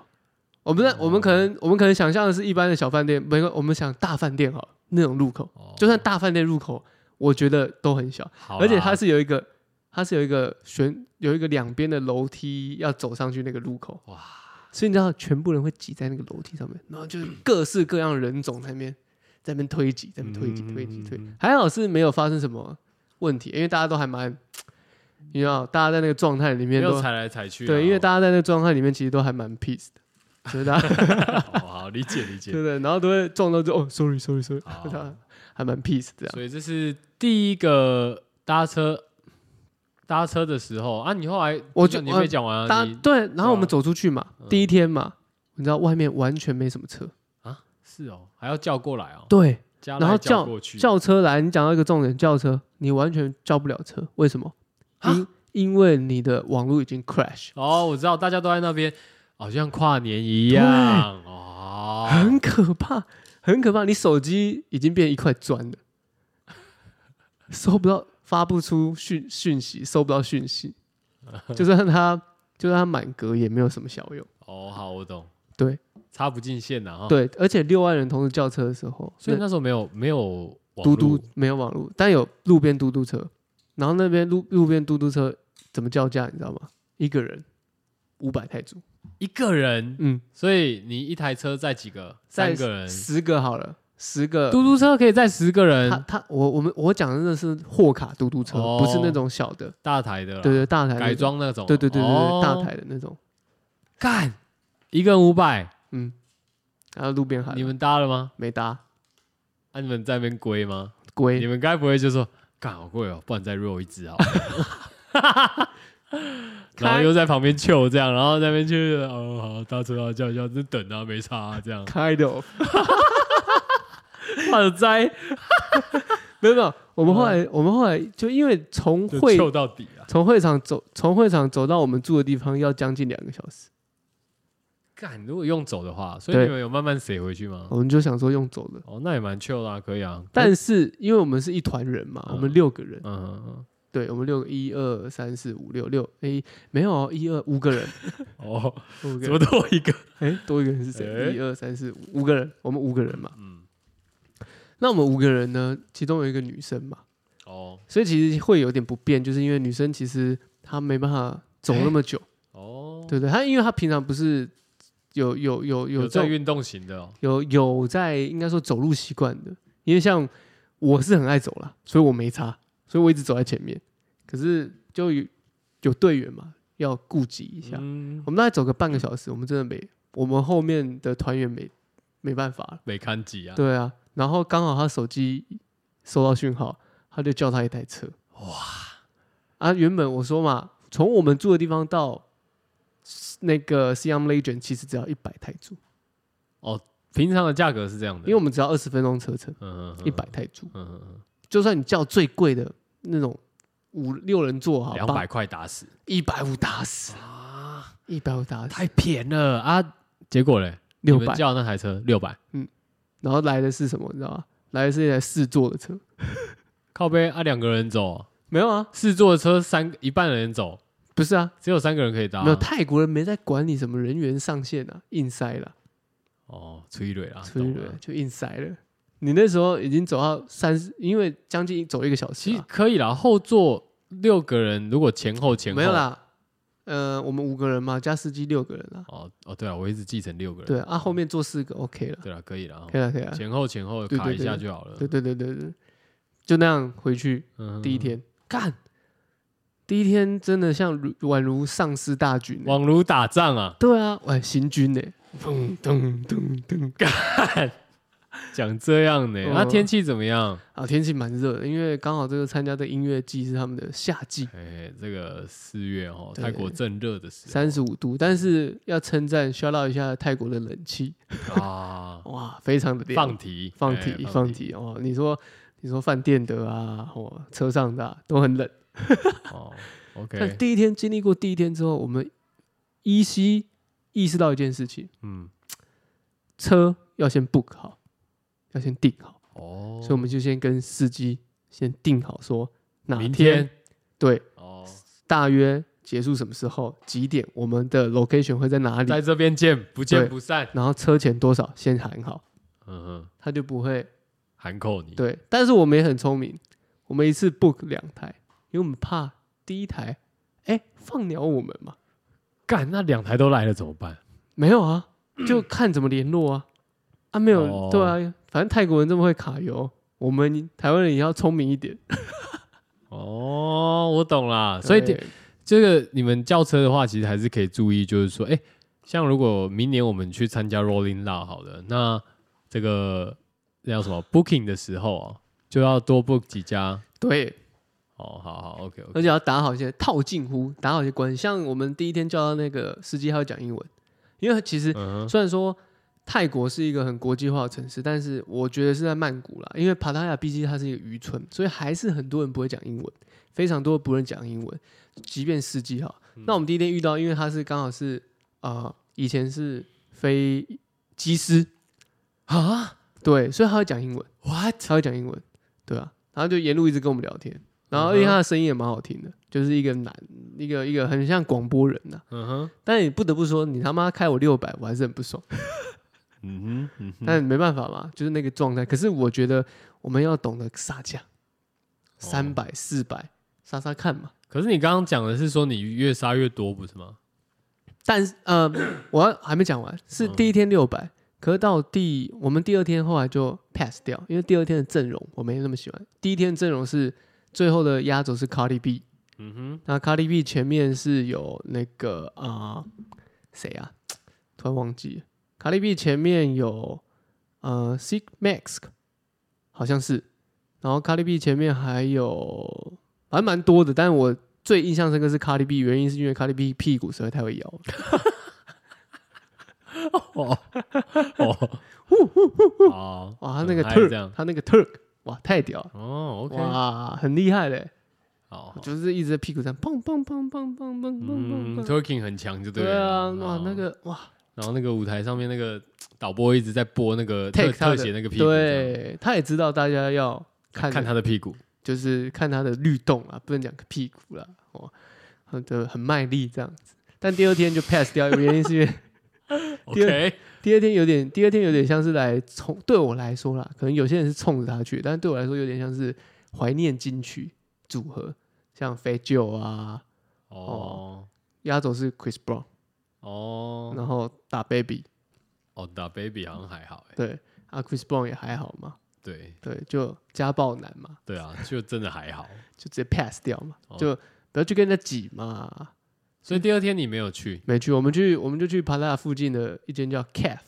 [SPEAKER 2] 我们在、
[SPEAKER 1] 哦
[SPEAKER 2] 我们可能我们可能想象的是一般的小饭店，没有，我们想大饭店好了那种入口，
[SPEAKER 1] 哦
[SPEAKER 2] 就算大饭店入口，我觉得都很小，
[SPEAKER 1] 好啦，
[SPEAKER 2] 而且它是有一个它是有一个悬有一个两边的楼梯要走上去那个入口，
[SPEAKER 1] 哇，
[SPEAKER 2] 所以你知道全部人会挤在那个楼梯上面，然后就是各式各样的人种在那边在那边推挤，在那边推挤
[SPEAKER 1] 嗯
[SPEAKER 2] 推挤推，还好是没有发生什么问题，因为大家都还蛮，你知道，大家在那个状态里
[SPEAKER 1] 没
[SPEAKER 2] 面
[SPEAKER 1] 有
[SPEAKER 2] 都
[SPEAKER 1] 踩来踩去啊，
[SPEAKER 2] 对，因为大
[SPEAKER 1] 家
[SPEAKER 2] 家在那个状态里面其实都还蛮 peace 的，就是大家
[SPEAKER 1] 哦好理解理
[SPEAKER 2] 对
[SPEAKER 1] 解
[SPEAKER 2] 不，对？然后都会撞到就哦，sorry sorry sorry，
[SPEAKER 1] 好
[SPEAKER 2] 大家还蛮 peace 这样。
[SPEAKER 1] 所以这是第一个搭车搭车的时候啊，你后来
[SPEAKER 2] 我就
[SPEAKER 1] 你没讲完
[SPEAKER 2] 大
[SPEAKER 1] 啊，
[SPEAKER 2] 家
[SPEAKER 1] 你
[SPEAKER 2] 对，然后
[SPEAKER 1] 对
[SPEAKER 2] 我们
[SPEAKER 1] 啊
[SPEAKER 2] 走出去嘛，
[SPEAKER 1] 嗯
[SPEAKER 2] 第一天嘛，你知道外面完全没什么车，
[SPEAKER 1] 啊，是哦，还要叫过来哦，
[SPEAKER 2] 对，
[SPEAKER 1] 加
[SPEAKER 2] 然
[SPEAKER 1] 来
[SPEAKER 2] 后
[SPEAKER 1] 叫
[SPEAKER 2] 叫
[SPEAKER 1] 过去，
[SPEAKER 2] 叫车来，你讲到一个重点，叫车你完全叫不了车，为什么？
[SPEAKER 1] 啊
[SPEAKER 2] 因因为你的网络已经 crash，
[SPEAKER 1] 哦，我知道大家都在那边，好像跨年一样哦，
[SPEAKER 2] 很可怕，很可怕，你手机已经变一块砖了，收不到，发不出讯讯息，收不到 讯息，就算它就算它满格也没有什么效用。
[SPEAKER 1] 哦，好，我懂，
[SPEAKER 2] 对，
[SPEAKER 1] 插不进线呐哈，，
[SPEAKER 2] 对，而且六万人同时叫车的时候，
[SPEAKER 1] 哦所以
[SPEAKER 2] 那
[SPEAKER 1] 那时候没有没有网
[SPEAKER 2] 嘟
[SPEAKER 1] 络
[SPEAKER 2] 嘟没有网络，但有路边嘟嘟车，然后那边路路边嘟嘟车怎么叫价，你知道吗？一个人五百泰铢，
[SPEAKER 1] 一个人，
[SPEAKER 2] 嗯，
[SPEAKER 1] 所以你一台车载几个？
[SPEAKER 2] 载
[SPEAKER 1] 三个人，
[SPEAKER 2] 十个好了，十个
[SPEAKER 1] 嘟嘟车可以载十个
[SPEAKER 2] 他
[SPEAKER 1] 人，
[SPEAKER 2] 他我我们我讲的那是货卡嘟嘟车，
[SPEAKER 1] 哦
[SPEAKER 2] 不是那种小的，
[SPEAKER 1] 大台的啦，
[SPEAKER 2] 对对大台那种
[SPEAKER 1] 改，装那种，
[SPEAKER 2] 对对对对
[SPEAKER 1] 哦
[SPEAKER 2] 对大台的那种，
[SPEAKER 1] 干，一个人五百，
[SPEAKER 2] 嗯，然后路边喊
[SPEAKER 1] 你们搭了吗？
[SPEAKER 2] 没搭
[SPEAKER 1] 啊，你们在那边归吗？你
[SPEAKER 2] 龟，，
[SPEAKER 1] 们该不会就说干好贵哦，不然再弱一只好了。然后又在旁边求这样，然后在那边去哦好搭车啊叫一叫，就等啊没差啊这样
[SPEAKER 2] 开的，
[SPEAKER 1] 哇塞，
[SPEAKER 2] 没有没有，我们后来我们后来就因为从
[SPEAKER 1] 嗯就
[SPEAKER 2] 会
[SPEAKER 1] 求到底啊！
[SPEAKER 2] 从会场走从会场走到我们住的地方要将近两个小时，
[SPEAKER 1] 干，如果用走的话，所以
[SPEAKER 2] 对
[SPEAKER 1] 你们有慢慢塞回去吗？
[SPEAKER 2] 我们就想说用走的，
[SPEAKER 1] 哦，那也蛮 chill 啦，可以啊。
[SPEAKER 2] 但是因为我们是一团人嘛，
[SPEAKER 1] 嗯
[SPEAKER 2] 我们六个人
[SPEAKER 1] 嗯，嗯，嗯
[SPEAKER 2] 对我们六个一二三四五六六，哎没有哦一二五个 人，
[SPEAKER 1] 哦，怎
[SPEAKER 2] 五个人
[SPEAKER 1] 么多一个？
[SPEAKER 2] 哎、多一个人是谁？
[SPEAKER 1] 哎
[SPEAKER 2] 一二三四五，五个人，我们五个人嘛。
[SPEAKER 1] 嗯，
[SPEAKER 2] 那我们五个人呢，其中有一个女生嘛，
[SPEAKER 1] 哦
[SPEAKER 2] 所以其实会有点不便，就是因为女生其实她没办法走那么久，
[SPEAKER 1] 哦，
[SPEAKER 2] 对不对？她因为她平常不是有有有有
[SPEAKER 1] 有
[SPEAKER 2] 这
[SPEAKER 1] 在
[SPEAKER 2] 种
[SPEAKER 1] 运动型的哦，
[SPEAKER 2] 有有在应该说走路习惯的，因为像我是很爱走啦，所以我没差，所以我一直走在前面。可是就有有队员嘛，要顾及一下。
[SPEAKER 1] 嗯，
[SPEAKER 2] 我们大概走个半个小时，我们真的没，我们后面的团员没没办法了。
[SPEAKER 1] 没看几啊，
[SPEAKER 2] 对啊，然后刚好他手机收到讯号，他就叫他一台车。哇！啊，原本我说嘛，从我们住的地方到那个 Siam Legend 其实只要一百泰铢，
[SPEAKER 1] 平常的价格是这样的，
[SPEAKER 2] 因为我们只要二十分钟车程，
[SPEAKER 1] 嗯
[SPEAKER 2] 一百，泰铢。
[SPEAKER 1] 嗯嗯嗯
[SPEAKER 2] 就算你叫最贵的那种五六人座
[SPEAKER 1] 嗯，
[SPEAKER 2] 好，
[SPEAKER 1] 两百块打死
[SPEAKER 2] 一百五打死，
[SPEAKER 1] 啊，
[SPEAKER 2] 一百五打死
[SPEAKER 1] 太便宜了啊！结果嘞，
[SPEAKER 2] 六
[SPEAKER 1] 你
[SPEAKER 2] 百
[SPEAKER 1] 们。叫那台车六百，
[SPEAKER 2] 然后来的是什么？你知道吗？来的是一台四座的车，
[SPEAKER 1] 靠背啊，两个人走，
[SPEAKER 2] 没有啊，
[SPEAKER 1] 四座的车三一半人走，
[SPEAKER 2] 不是啊，
[SPEAKER 1] 只有三个人可以搭，
[SPEAKER 2] 没有泰国人没在管你什么人员上限啊，硬塞了。
[SPEAKER 1] 哦，催泪啊，
[SPEAKER 2] 吹
[SPEAKER 1] 懂
[SPEAKER 2] 了
[SPEAKER 1] 了，
[SPEAKER 2] 就硬塞了。你那时候已经走到三十，因为将近走一个小时啊
[SPEAKER 1] 其实
[SPEAKER 2] 了，
[SPEAKER 1] 可以啦，后座六个人，如果前后前后
[SPEAKER 2] 没有，啦。呃，我们五个人嘛，加司机六个人啦。
[SPEAKER 1] 哦哦，对啊，我一直记成六个人，
[SPEAKER 2] 对啊，后面坐四个 OK 了，
[SPEAKER 1] 对啦，可以啦，哦
[SPEAKER 2] 可以了，可以了。
[SPEAKER 1] 前后前后
[SPEAKER 2] 对对
[SPEAKER 1] 卡一下
[SPEAKER 2] 对
[SPEAKER 1] 就好了，
[SPEAKER 2] 对对对对对，就那样回去。
[SPEAKER 1] 嗯
[SPEAKER 2] 第一天干，第一天真的像如宛如丧尸大军欸。
[SPEAKER 1] 网如打仗啊，
[SPEAKER 2] 对啊，哎，行军呢，咚咚咚咚。
[SPEAKER 1] 讲这样呢，
[SPEAKER 2] 嗯
[SPEAKER 1] 那天气怎么样？
[SPEAKER 2] 啊，天气蛮热的，因为刚好这个参加的音乐季是他们的夏季。
[SPEAKER 1] 哎，这个四月哦，
[SPEAKER 2] 对
[SPEAKER 1] 泰国正热的时
[SPEAKER 2] 三十五度，但是要称赞 shout out 一下泰国的冷气，
[SPEAKER 1] 候 啊，
[SPEAKER 2] 哇，非常的凉
[SPEAKER 1] 放题
[SPEAKER 2] 放
[SPEAKER 1] 哎
[SPEAKER 2] 题放题哦！你说你说饭店的啊，哦，车上的、啊、都很冷。
[SPEAKER 1] 哦
[SPEAKER 2] 但
[SPEAKER 1] ，OK，
[SPEAKER 2] 第一天经历过第一天之后，我们依稀意识到一件事情：
[SPEAKER 1] 嗯，
[SPEAKER 2] 车要先 book 好，要先订好。
[SPEAKER 1] 哦，
[SPEAKER 2] 所以我们就先跟司机先订好说哪
[SPEAKER 1] 明
[SPEAKER 2] 天
[SPEAKER 1] 天
[SPEAKER 2] 对，
[SPEAKER 1] 哦，
[SPEAKER 2] 大约结束什么时候几点，我们的 location 会在哪里，
[SPEAKER 1] 在这边见，不见
[SPEAKER 2] 对
[SPEAKER 1] 不散。
[SPEAKER 2] 然后车钱多少先喊好，
[SPEAKER 1] 嗯哼，
[SPEAKER 2] 他就不会
[SPEAKER 1] 喊扣你。
[SPEAKER 2] 对，但是我们也很聪明，我们一次 book 两台，因为我们怕第一台，哎、放鸟我们嘛，
[SPEAKER 1] 干，那两台都来了怎么办？
[SPEAKER 2] 没有啊，就看怎么联络啊，啊没有，
[SPEAKER 1] 嗯哦
[SPEAKER 2] 对啊，反正泰国人这么会卡油，我们台湾人也要聪明一点，
[SPEAKER 1] 哦，我懂啦。所以
[SPEAKER 2] 对
[SPEAKER 1] 这这个你们叫车的话，其实还是可以注意，就是说，哎、像如果明年我们去参加 Rolling Loud 好了，那这个那叫什么 Booking 的时候哦，就要多 book 几家。
[SPEAKER 2] 对，
[SPEAKER 1] 哦，好好，OK OK。
[SPEAKER 2] 而且要打好一些套近乎，打好一些关系，像我们第一天叫到那个司机，他会讲英文，因为其实
[SPEAKER 1] 嗯哼
[SPEAKER 2] 虽然说泰国是一个很国际化的城市，但是我觉得是在曼谷啦，因为帕塔亚毕竟它是一个渔村，所以还是很多人不会讲英文，非常多不能讲英文，即便司机哈。
[SPEAKER 1] 嗯
[SPEAKER 2] 那我们第一天遇到，因为他是刚好是呃以前是飞机师，
[SPEAKER 1] 啊
[SPEAKER 2] 对，所以他会讲英文，
[SPEAKER 1] ，what？
[SPEAKER 2] 他会讲英文，对啊，然后就沿路一直跟我们聊天，然后
[SPEAKER 1] 嗯哼
[SPEAKER 2] 因为他的声音也蛮好听的，就是一个男一个一个很像广播人呐、
[SPEAKER 1] 嗯哼，
[SPEAKER 2] 但你不得不说，你他妈开我六百，我还是很不爽。
[SPEAKER 1] 嗯哼，嗯哼，
[SPEAKER 2] 但没办法嘛，就是那个状态。可是我觉得我们要懂得杀价，
[SPEAKER 1] 哦
[SPEAKER 2] 三百、四百，杀杀看嘛。
[SPEAKER 1] 可是你刚刚讲的是说你越杀越多，不是吗？
[SPEAKER 2] 但是呃，我要还没讲完，是
[SPEAKER 1] 嗯
[SPEAKER 2] 第一天六百、可是到第我们第二天后来就 pass 掉，因为第二天的阵容我没那么喜欢。第一天阵容是最后的压轴是 Cardi B，
[SPEAKER 1] 嗯哼，
[SPEAKER 2] 那 Cardi B 前面是有那个啊谁啊，突然忘记了，Cardi B 前面有呃 Sig Max，好像是，然后 Cardi B 前面还有反正蛮多的，但我最印象深刻是 Cardi B，原因是因为 Cardi B 屁股实在太会摇了。
[SPEAKER 1] 哦哦，哦，
[SPEAKER 2] 哇，他那个
[SPEAKER 1] 很嗨
[SPEAKER 2] Turk，
[SPEAKER 1] 这样
[SPEAKER 2] 他那个 Turk，哇，太屌了
[SPEAKER 1] 哦，OK，
[SPEAKER 2] 哇，很厉害嘞，
[SPEAKER 1] 好，
[SPEAKER 2] 就是一直在屁股上砰砰砰砰砰砰砰
[SPEAKER 1] 嗯
[SPEAKER 2] 砰砰，
[SPEAKER 1] ，Turking 很强，就
[SPEAKER 2] 对啊，
[SPEAKER 1] 了。哦
[SPEAKER 2] 哇，那个哇，
[SPEAKER 1] 然后那个舞台上面那个导播一直在播那个
[SPEAKER 2] Take
[SPEAKER 1] 特
[SPEAKER 2] 他的
[SPEAKER 1] 特写那个屁股，这样，
[SPEAKER 2] 对，他也知道大家要看
[SPEAKER 1] 看他的屁 股，
[SPEAKER 2] 就是看他的律动啊，不能讲屁股啦，哦，很的很卖力这样子。但第二天就 pass 掉，原因是 因为第二
[SPEAKER 1] OK，
[SPEAKER 2] 第二天有点，第二天有点像是来冲，对我来说啦，可能有些人是冲着他去，但对我来说有点像是怀念金曲组合，像肥九啊，
[SPEAKER 1] 哦
[SPEAKER 2] 压轴是 Chris Brown，
[SPEAKER 1] 哦
[SPEAKER 2] 然后打 Baby，
[SPEAKER 1] 哦，打 baby 好像还好哎，
[SPEAKER 2] 对啊，Chris Brown 也还好嘛，
[SPEAKER 1] 对
[SPEAKER 2] 对，就家暴男嘛，
[SPEAKER 1] 对啊，就真的还好。
[SPEAKER 2] 就直接 pass 掉嘛，
[SPEAKER 1] 哦
[SPEAKER 2] 就不要去跟人家挤嘛，
[SPEAKER 1] 所以第二天你没有去，
[SPEAKER 2] 没去，我们去我们就去帕拉附近的一间叫 Cave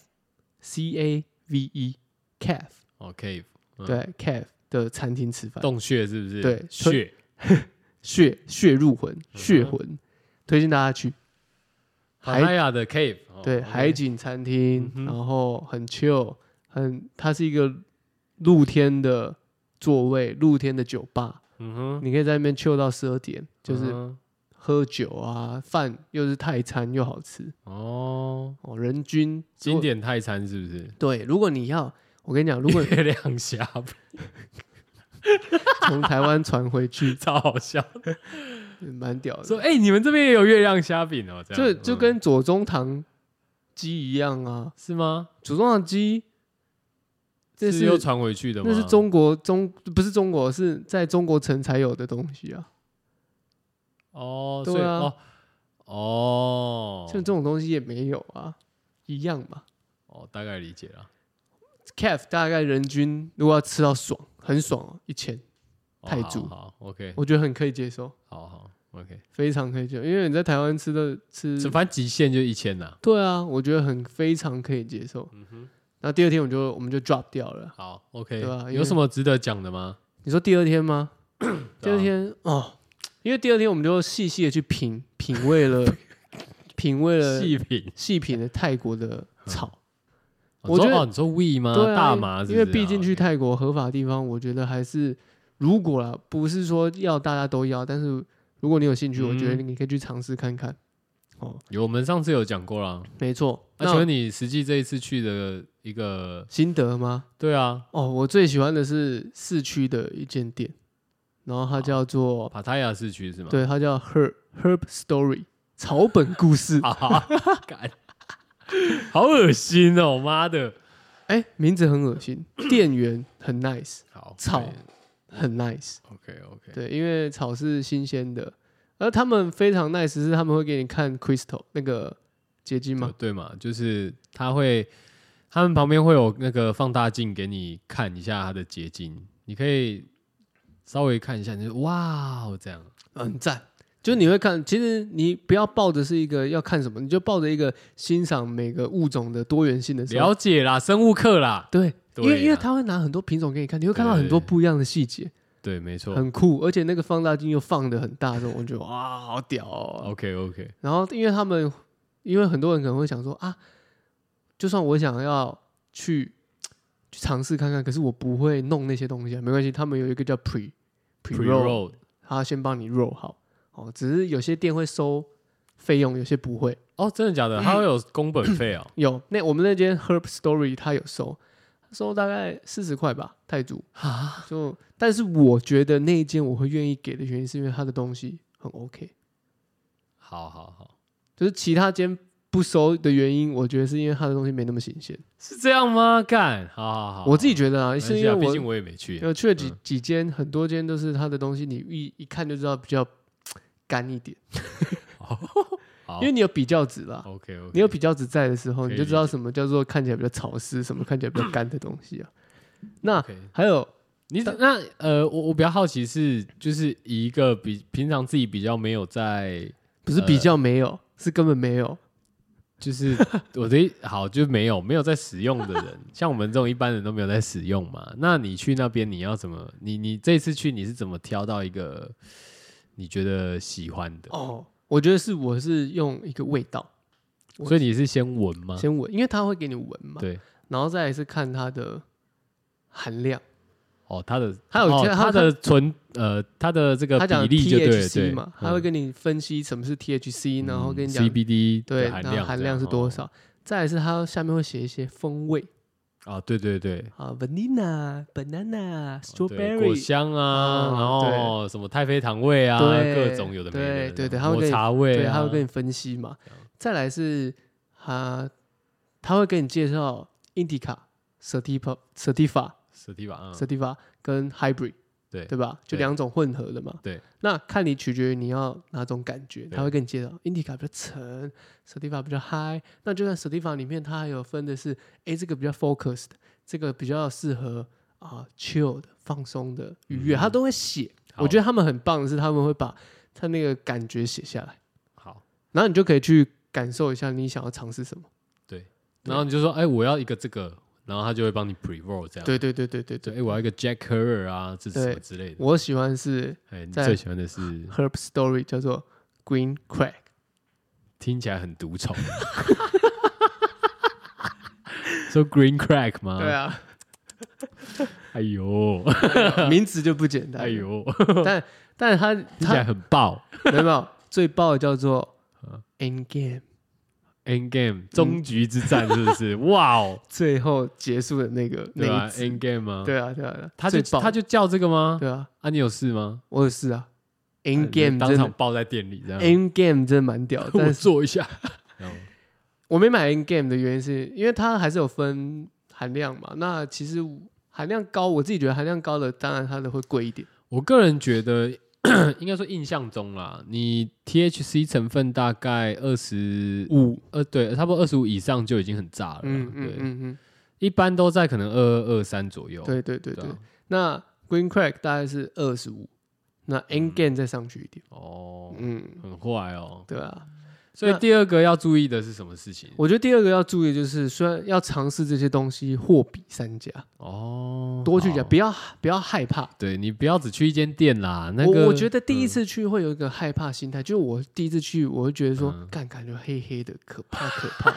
[SPEAKER 2] C A V E Cave
[SPEAKER 1] 哦，cave 嗯
[SPEAKER 2] 对 Cave 的餐厅吃饭，
[SPEAKER 1] 洞穴是不是？
[SPEAKER 2] 呃对
[SPEAKER 1] 穴
[SPEAKER 2] 血血入魂，血
[SPEAKER 1] 嗯哼
[SPEAKER 2] 魂，推荐大家去。
[SPEAKER 1] 海
[SPEAKER 2] 海
[SPEAKER 1] 亚的 cave，哦
[SPEAKER 2] 对
[SPEAKER 1] OK
[SPEAKER 2] 海景餐厅
[SPEAKER 1] 嗯，哼
[SPEAKER 2] 然后很 chill，很它是一个露天的座位，露天的酒吧，
[SPEAKER 1] 嗯哼，
[SPEAKER 2] 你可以在那边 chill 到十二点，就是
[SPEAKER 1] 嗯
[SPEAKER 2] 喝酒啊，饭又是泰餐又好吃
[SPEAKER 1] 哼哦，
[SPEAKER 2] 哦，人均如
[SPEAKER 1] 经
[SPEAKER 2] 果
[SPEAKER 1] 典泰餐是不是？
[SPEAKER 2] 对，如果你要，我跟你讲，如果
[SPEAKER 1] 月亮虾
[SPEAKER 2] 从台湾传回去，
[SPEAKER 1] 超好笑，
[SPEAKER 2] 蛮屌
[SPEAKER 1] 说
[SPEAKER 2] 的。
[SPEAKER 1] 哎、你们这边也有月亮虾饼哦，这
[SPEAKER 2] 就
[SPEAKER 1] 样
[SPEAKER 2] 就
[SPEAKER 1] 嗯
[SPEAKER 2] 跟左宗棠鸡一样啊，
[SPEAKER 1] 是吗？
[SPEAKER 2] 左宗棠鸡，这
[SPEAKER 1] 是
[SPEAKER 2] 是
[SPEAKER 1] 又传回去的吗？
[SPEAKER 2] 那是中国中不是中国是在中国城才有的东西啊，
[SPEAKER 1] 哦，
[SPEAKER 2] 对
[SPEAKER 1] 所以
[SPEAKER 2] 啊
[SPEAKER 1] 哦哦，
[SPEAKER 2] 像这种东西也没有啊，一样嘛。
[SPEAKER 1] 哦，大概理解了。
[SPEAKER 2] Caf 大概人均如果要吃到爽，很爽、哦，一千，
[SPEAKER 1] 哦
[SPEAKER 2] 泰
[SPEAKER 1] 好
[SPEAKER 2] 铢
[SPEAKER 1] 好，OK，
[SPEAKER 2] 我觉得很可以接受，
[SPEAKER 1] 好好，OK，
[SPEAKER 2] 非常可以接受，因为你在台湾吃的吃
[SPEAKER 1] 这，反正极限就一千呐。
[SPEAKER 2] 对啊，我觉得很非常可以接受。
[SPEAKER 1] 嗯哼，
[SPEAKER 2] 那第二天我就我们就 drop 掉了。
[SPEAKER 1] 好，OK，
[SPEAKER 2] 对啊因为
[SPEAKER 1] 有什么值得讲的吗？
[SPEAKER 2] 你说第二天吗？第
[SPEAKER 1] 对啊
[SPEAKER 2] 二天哦，因为第二天我们就细细的去品品味 了，品味了
[SPEAKER 1] 细品，
[SPEAKER 2] 细品了泰国的草。
[SPEAKER 1] 哦
[SPEAKER 2] 我
[SPEAKER 1] 你说
[SPEAKER 2] 觉得
[SPEAKER 1] 哦你说 we 吗？
[SPEAKER 2] 对啊，
[SPEAKER 1] 大麻是不
[SPEAKER 2] 因
[SPEAKER 1] 是啊，
[SPEAKER 2] 为毕竟去泰国合法地方，我觉得还是如果啦，不是说要大家都要，但是如果你有兴趣，
[SPEAKER 1] 嗯
[SPEAKER 2] 我觉得你可以去尝试看看。哦，
[SPEAKER 1] 有我们上次有讲过啦。
[SPEAKER 2] 没错。
[SPEAKER 1] 那请
[SPEAKER 2] 那
[SPEAKER 1] 问你实际这一次去的一个，
[SPEAKER 2] 心得吗？
[SPEAKER 1] 对啊，
[SPEAKER 2] 哦，我最喜欢的是市区的一间店，然
[SPEAKER 1] 啊
[SPEAKER 2] 后它叫做
[SPEAKER 1] 帕塔亚市区是吗？
[SPEAKER 2] 对，它叫 Herb Herb Story 草本故事。
[SPEAKER 1] 啊，干好恶心哦，妈的！
[SPEAKER 2] 哎、名字很恶心，店员很 nice，
[SPEAKER 1] 好，
[SPEAKER 2] 草很 nice。
[SPEAKER 1] ，OK OK，
[SPEAKER 2] 对，因为草是新鲜的，而他们非常 nice 是他们会给你看 crystal 那个结晶
[SPEAKER 1] 嘛
[SPEAKER 2] 嘛，
[SPEAKER 1] 对嘛，就是他会，他们旁边会有那个放大镜给你看一下它的结晶，你可以稍微看一下，你就哇哦这样，
[SPEAKER 2] 很赞。就是你会看，其实你不要抱着是一个要看什么，你就抱着一个欣赏每个物种的多元性的时候
[SPEAKER 1] 了，解啦，生物课啦，
[SPEAKER 2] 对，因
[SPEAKER 1] 对
[SPEAKER 2] 为因为
[SPEAKER 1] 啦
[SPEAKER 2] 他会拿很多品种给你看，你会看到很多
[SPEAKER 1] 对
[SPEAKER 2] 不一样的细节，
[SPEAKER 1] 对，没错
[SPEAKER 2] 很酷，而且那个放大镜又放的很大，这种我觉得哇，好屌哦！
[SPEAKER 1] ，OK OK，
[SPEAKER 2] 然后因为他们因为很多人可能会想说啊，就算我想要去去尝试看看，可是我不会弄那些东西啊，没关系，他们有一个叫 pre pre
[SPEAKER 1] pre
[SPEAKER 2] roll，
[SPEAKER 1] roll
[SPEAKER 2] 他先帮你 roll 好哦，只是有些店会收费用，有些不会。，
[SPEAKER 1] 哦，真的假的？它会有工本费哦
[SPEAKER 2] 有那我们那间 Herb Story 他有收，收大概四十块吧泰铢
[SPEAKER 1] 啊，
[SPEAKER 2] 就，但是我觉得那一间我会愿意给的原因是因为它的东西很 OK，
[SPEAKER 1] 好好好，
[SPEAKER 2] 就是其他间不收的原因，我觉得是因为它的东西没那么新鲜。
[SPEAKER 1] 是这样吗？干，好好好，
[SPEAKER 2] 我自己
[SPEAKER 1] 得
[SPEAKER 2] 觉得啊，是因为
[SPEAKER 1] 毕竟
[SPEAKER 2] 我
[SPEAKER 1] 我也没去，
[SPEAKER 2] 有去了几
[SPEAKER 1] 嗯
[SPEAKER 2] 几间，很多间都是它的东西，你一一看就知道比较干一点，
[SPEAKER 1] 哦好
[SPEAKER 2] 因为你有比较值啦。
[SPEAKER 1] ，OK OK，
[SPEAKER 2] 你有比较值在的时候，
[SPEAKER 1] 可以
[SPEAKER 2] 你就知道什么叫做看起来比较潮湿，什么看起来比较干的东西啊。那
[SPEAKER 1] 嗯 OK
[SPEAKER 2] 还有
[SPEAKER 1] 你那呃，我我比较好奇是，就是以一个比平常自己比较没有在，
[SPEAKER 2] 不是比较没
[SPEAKER 1] 呃
[SPEAKER 2] 有，是根本没有。
[SPEAKER 1] 就是 我的好就是没有没有在使用的人，像我们这种一般人都没有在使用嘛。那你去那边你要怎么？你你这次去你是怎么挑到一个你觉得喜欢的？
[SPEAKER 2] 哦，我觉得是我是用一个味道我
[SPEAKER 1] 所以你是先闻吗？
[SPEAKER 2] 先闻，因为它会给你闻嘛，
[SPEAKER 1] 啊对，
[SPEAKER 2] 然后再来是看它的含量，
[SPEAKER 1] 哦，它的
[SPEAKER 2] 还有
[SPEAKER 1] 哦
[SPEAKER 2] 其他
[SPEAKER 1] 它
[SPEAKER 2] 它
[SPEAKER 1] 的纯呃它的这个
[SPEAKER 2] 它讲
[SPEAKER 1] 比例就对嗯了
[SPEAKER 2] THC
[SPEAKER 1] 对
[SPEAKER 2] 嘛，它会跟你分析什么是 THC，然后跟你讲
[SPEAKER 1] CBD
[SPEAKER 2] 对
[SPEAKER 1] 的含
[SPEAKER 2] 那
[SPEAKER 1] 量
[SPEAKER 2] 含
[SPEAKER 1] 这
[SPEAKER 2] 量
[SPEAKER 1] 样
[SPEAKER 2] 是多
[SPEAKER 1] 哦
[SPEAKER 2] 少，再来是它下面会写一些风味
[SPEAKER 1] 啊？对对对，
[SPEAKER 2] 啊，vanilla、banana、
[SPEAKER 1] 哦对果
[SPEAKER 2] strawberry，
[SPEAKER 1] 香啊，
[SPEAKER 2] 啊
[SPEAKER 1] 然后什么太妃糖味啊，
[SPEAKER 2] 对
[SPEAKER 1] 各种有的没的，
[SPEAKER 2] 对对对它会
[SPEAKER 1] 抹
[SPEAKER 2] 跟你
[SPEAKER 1] 茶味、啊，
[SPEAKER 2] 对，它会跟你分析嘛。再来是它，它会给你介绍 indica、sativa、sativa、
[SPEAKER 1] 史蒂吧，嗯
[SPEAKER 2] sativa 跟 hybrid。
[SPEAKER 1] 对
[SPEAKER 2] 对吧？
[SPEAKER 1] 对
[SPEAKER 2] 就两种混合的嘛。
[SPEAKER 1] 对，
[SPEAKER 2] 那看你取决于你要哪种感觉，
[SPEAKER 1] 对
[SPEAKER 2] 他会跟你介绍。Indica 比较沉，Sativa 比较 high。那就算 Sativa 里面它还有分的是，诶，这个比较 focused，这个比较适合啊、chill 的、放松的、愉
[SPEAKER 1] 嗯
[SPEAKER 2] 悦，他都会写。
[SPEAKER 1] 好
[SPEAKER 2] 我觉得他们很棒的是，他们会把他那个感觉写下来，
[SPEAKER 1] 好。
[SPEAKER 2] 然后你就可以去感受一下你想要尝试什么。
[SPEAKER 1] 然后你就说，哎，我要一个这个，然后他就会帮你 pre roll 这样。
[SPEAKER 2] 对对对对对
[SPEAKER 1] 对，
[SPEAKER 2] 对，
[SPEAKER 1] 哎，我要一个 Jack Herrer 啊，这是什么
[SPEAKER 2] 对
[SPEAKER 1] 之类的。
[SPEAKER 2] 我喜欢是
[SPEAKER 1] 哎，你
[SPEAKER 2] 在
[SPEAKER 1] 最喜欢的是
[SPEAKER 2] Herb Story 叫做 Green Crack。
[SPEAKER 1] 听起来很毒 虫。说 green crack 吗？
[SPEAKER 2] 对。 啊，
[SPEAKER 1] 哎呦，
[SPEAKER 2] 名字就不简单。
[SPEAKER 1] 哎呦，
[SPEAKER 2] 但是它
[SPEAKER 1] 听起来
[SPEAKER 2] 它
[SPEAKER 1] 很爆。
[SPEAKER 2] 有没有最爆的叫做
[SPEAKER 1] 啊
[SPEAKER 2] end game
[SPEAKER 1] End game 终局之战是不 是？哇哦，
[SPEAKER 2] 最后结束的那个
[SPEAKER 1] 对
[SPEAKER 2] 那
[SPEAKER 1] 吧
[SPEAKER 2] 一
[SPEAKER 1] ？End
[SPEAKER 2] 次，
[SPEAKER 1] game 吗？，
[SPEAKER 2] 对啊对啊，
[SPEAKER 1] 他就
[SPEAKER 2] 最爆
[SPEAKER 1] 他就叫这个吗？
[SPEAKER 2] 对啊，
[SPEAKER 1] 啊，你有事吗？
[SPEAKER 2] 我有事
[SPEAKER 1] 啊
[SPEAKER 2] 啊，end
[SPEAKER 1] 你
[SPEAKER 2] game
[SPEAKER 1] 当
[SPEAKER 2] 真
[SPEAKER 1] 场
[SPEAKER 2] 的
[SPEAKER 1] 抱在店里这样。
[SPEAKER 2] end game 真的蛮屌的，
[SPEAKER 1] 我
[SPEAKER 2] 但是
[SPEAKER 1] 坐一下。然后
[SPEAKER 2] 我没买 end game 的原因是因为它还是有分含量嘛，那其实含量高，我自己觉得含量高的当然它的会贵一点，
[SPEAKER 1] 我个人觉得， 应该说印象中啦，你 THC 成分大概二十
[SPEAKER 2] 五，
[SPEAKER 1] 呃，对，差不多二十五以上就已经很炸了啦。
[SPEAKER 2] 嗯嗯
[SPEAKER 1] 对，
[SPEAKER 2] 嗯
[SPEAKER 1] 一般都在可能二二二三左右。
[SPEAKER 2] 嗯，对对对对
[SPEAKER 1] 啊，
[SPEAKER 2] 那 green crack 大概是二十五，那 end game 再上去一点，
[SPEAKER 1] 嗯哦，
[SPEAKER 2] 嗯，
[SPEAKER 1] 很坏哦。
[SPEAKER 2] 对啊。
[SPEAKER 1] 所以第二个要注意的是什么事情？
[SPEAKER 2] 我觉得第二个要注意的就是，虽然要尝试这些东西，货比三家，
[SPEAKER 1] 哦，
[SPEAKER 2] 多去
[SPEAKER 1] 好
[SPEAKER 2] 讲，不要不要害怕。
[SPEAKER 1] 对你不要只去一间店啦。那个，嗯
[SPEAKER 2] 我我觉
[SPEAKER 1] 得
[SPEAKER 2] 得第一次去会有一个害怕心态，就是我第一次去，我会觉得说，
[SPEAKER 1] 嗯
[SPEAKER 2] 干感觉黑黑的，可怕可怕。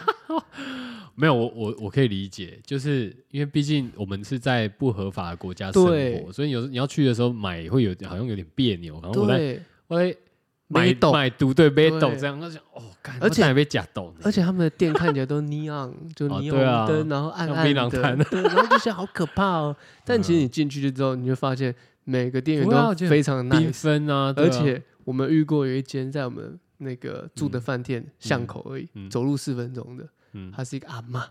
[SPEAKER 1] 没有，我我我可以理解，就是因为毕竟我们是在不合法的国家生
[SPEAKER 2] 对
[SPEAKER 1] 活，所以有时候你要去的时候买会有好像有点别扭， 然后我在
[SPEAKER 2] 对，
[SPEAKER 1] 我在买
[SPEAKER 2] 没懂。
[SPEAKER 1] 买毒对被
[SPEAKER 2] 对
[SPEAKER 1] 抖这样，我想哦，干，
[SPEAKER 2] 而且
[SPEAKER 1] 还被假抖呢，
[SPEAKER 2] 而且他们的店看起来 都 neon，就
[SPEAKER 1] 哦
[SPEAKER 2] 霓
[SPEAKER 1] 对啊
[SPEAKER 2] 虹灯，然后暗
[SPEAKER 1] 像
[SPEAKER 2] 暗
[SPEAKER 1] 槟榔
[SPEAKER 2] 的
[SPEAKER 1] 摊，嗯
[SPEAKER 2] 对，然后就觉得好可怕 哦。但其实你进去了之后，你就发现每个店员
[SPEAKER 1] 不会啊我
[SPEAKER 2] 都
[SPEAKER 1] 觉得
[SPEAKER 2] 非常
[SPEAKER 1] 缤
[SPEAKER 2] nice，
[SPEAKER 1] 纷啊，对啊
[SPEAKER 2] 而且我们遇过有一间在我们那个住的饭店巷口而已，
[SPEAKER 1] 嗯
[SPEAKER 2] 走路四分钟的，
[SPEAKER 1] 嗯
[SPEAKER 2] 她是一个阿嬷，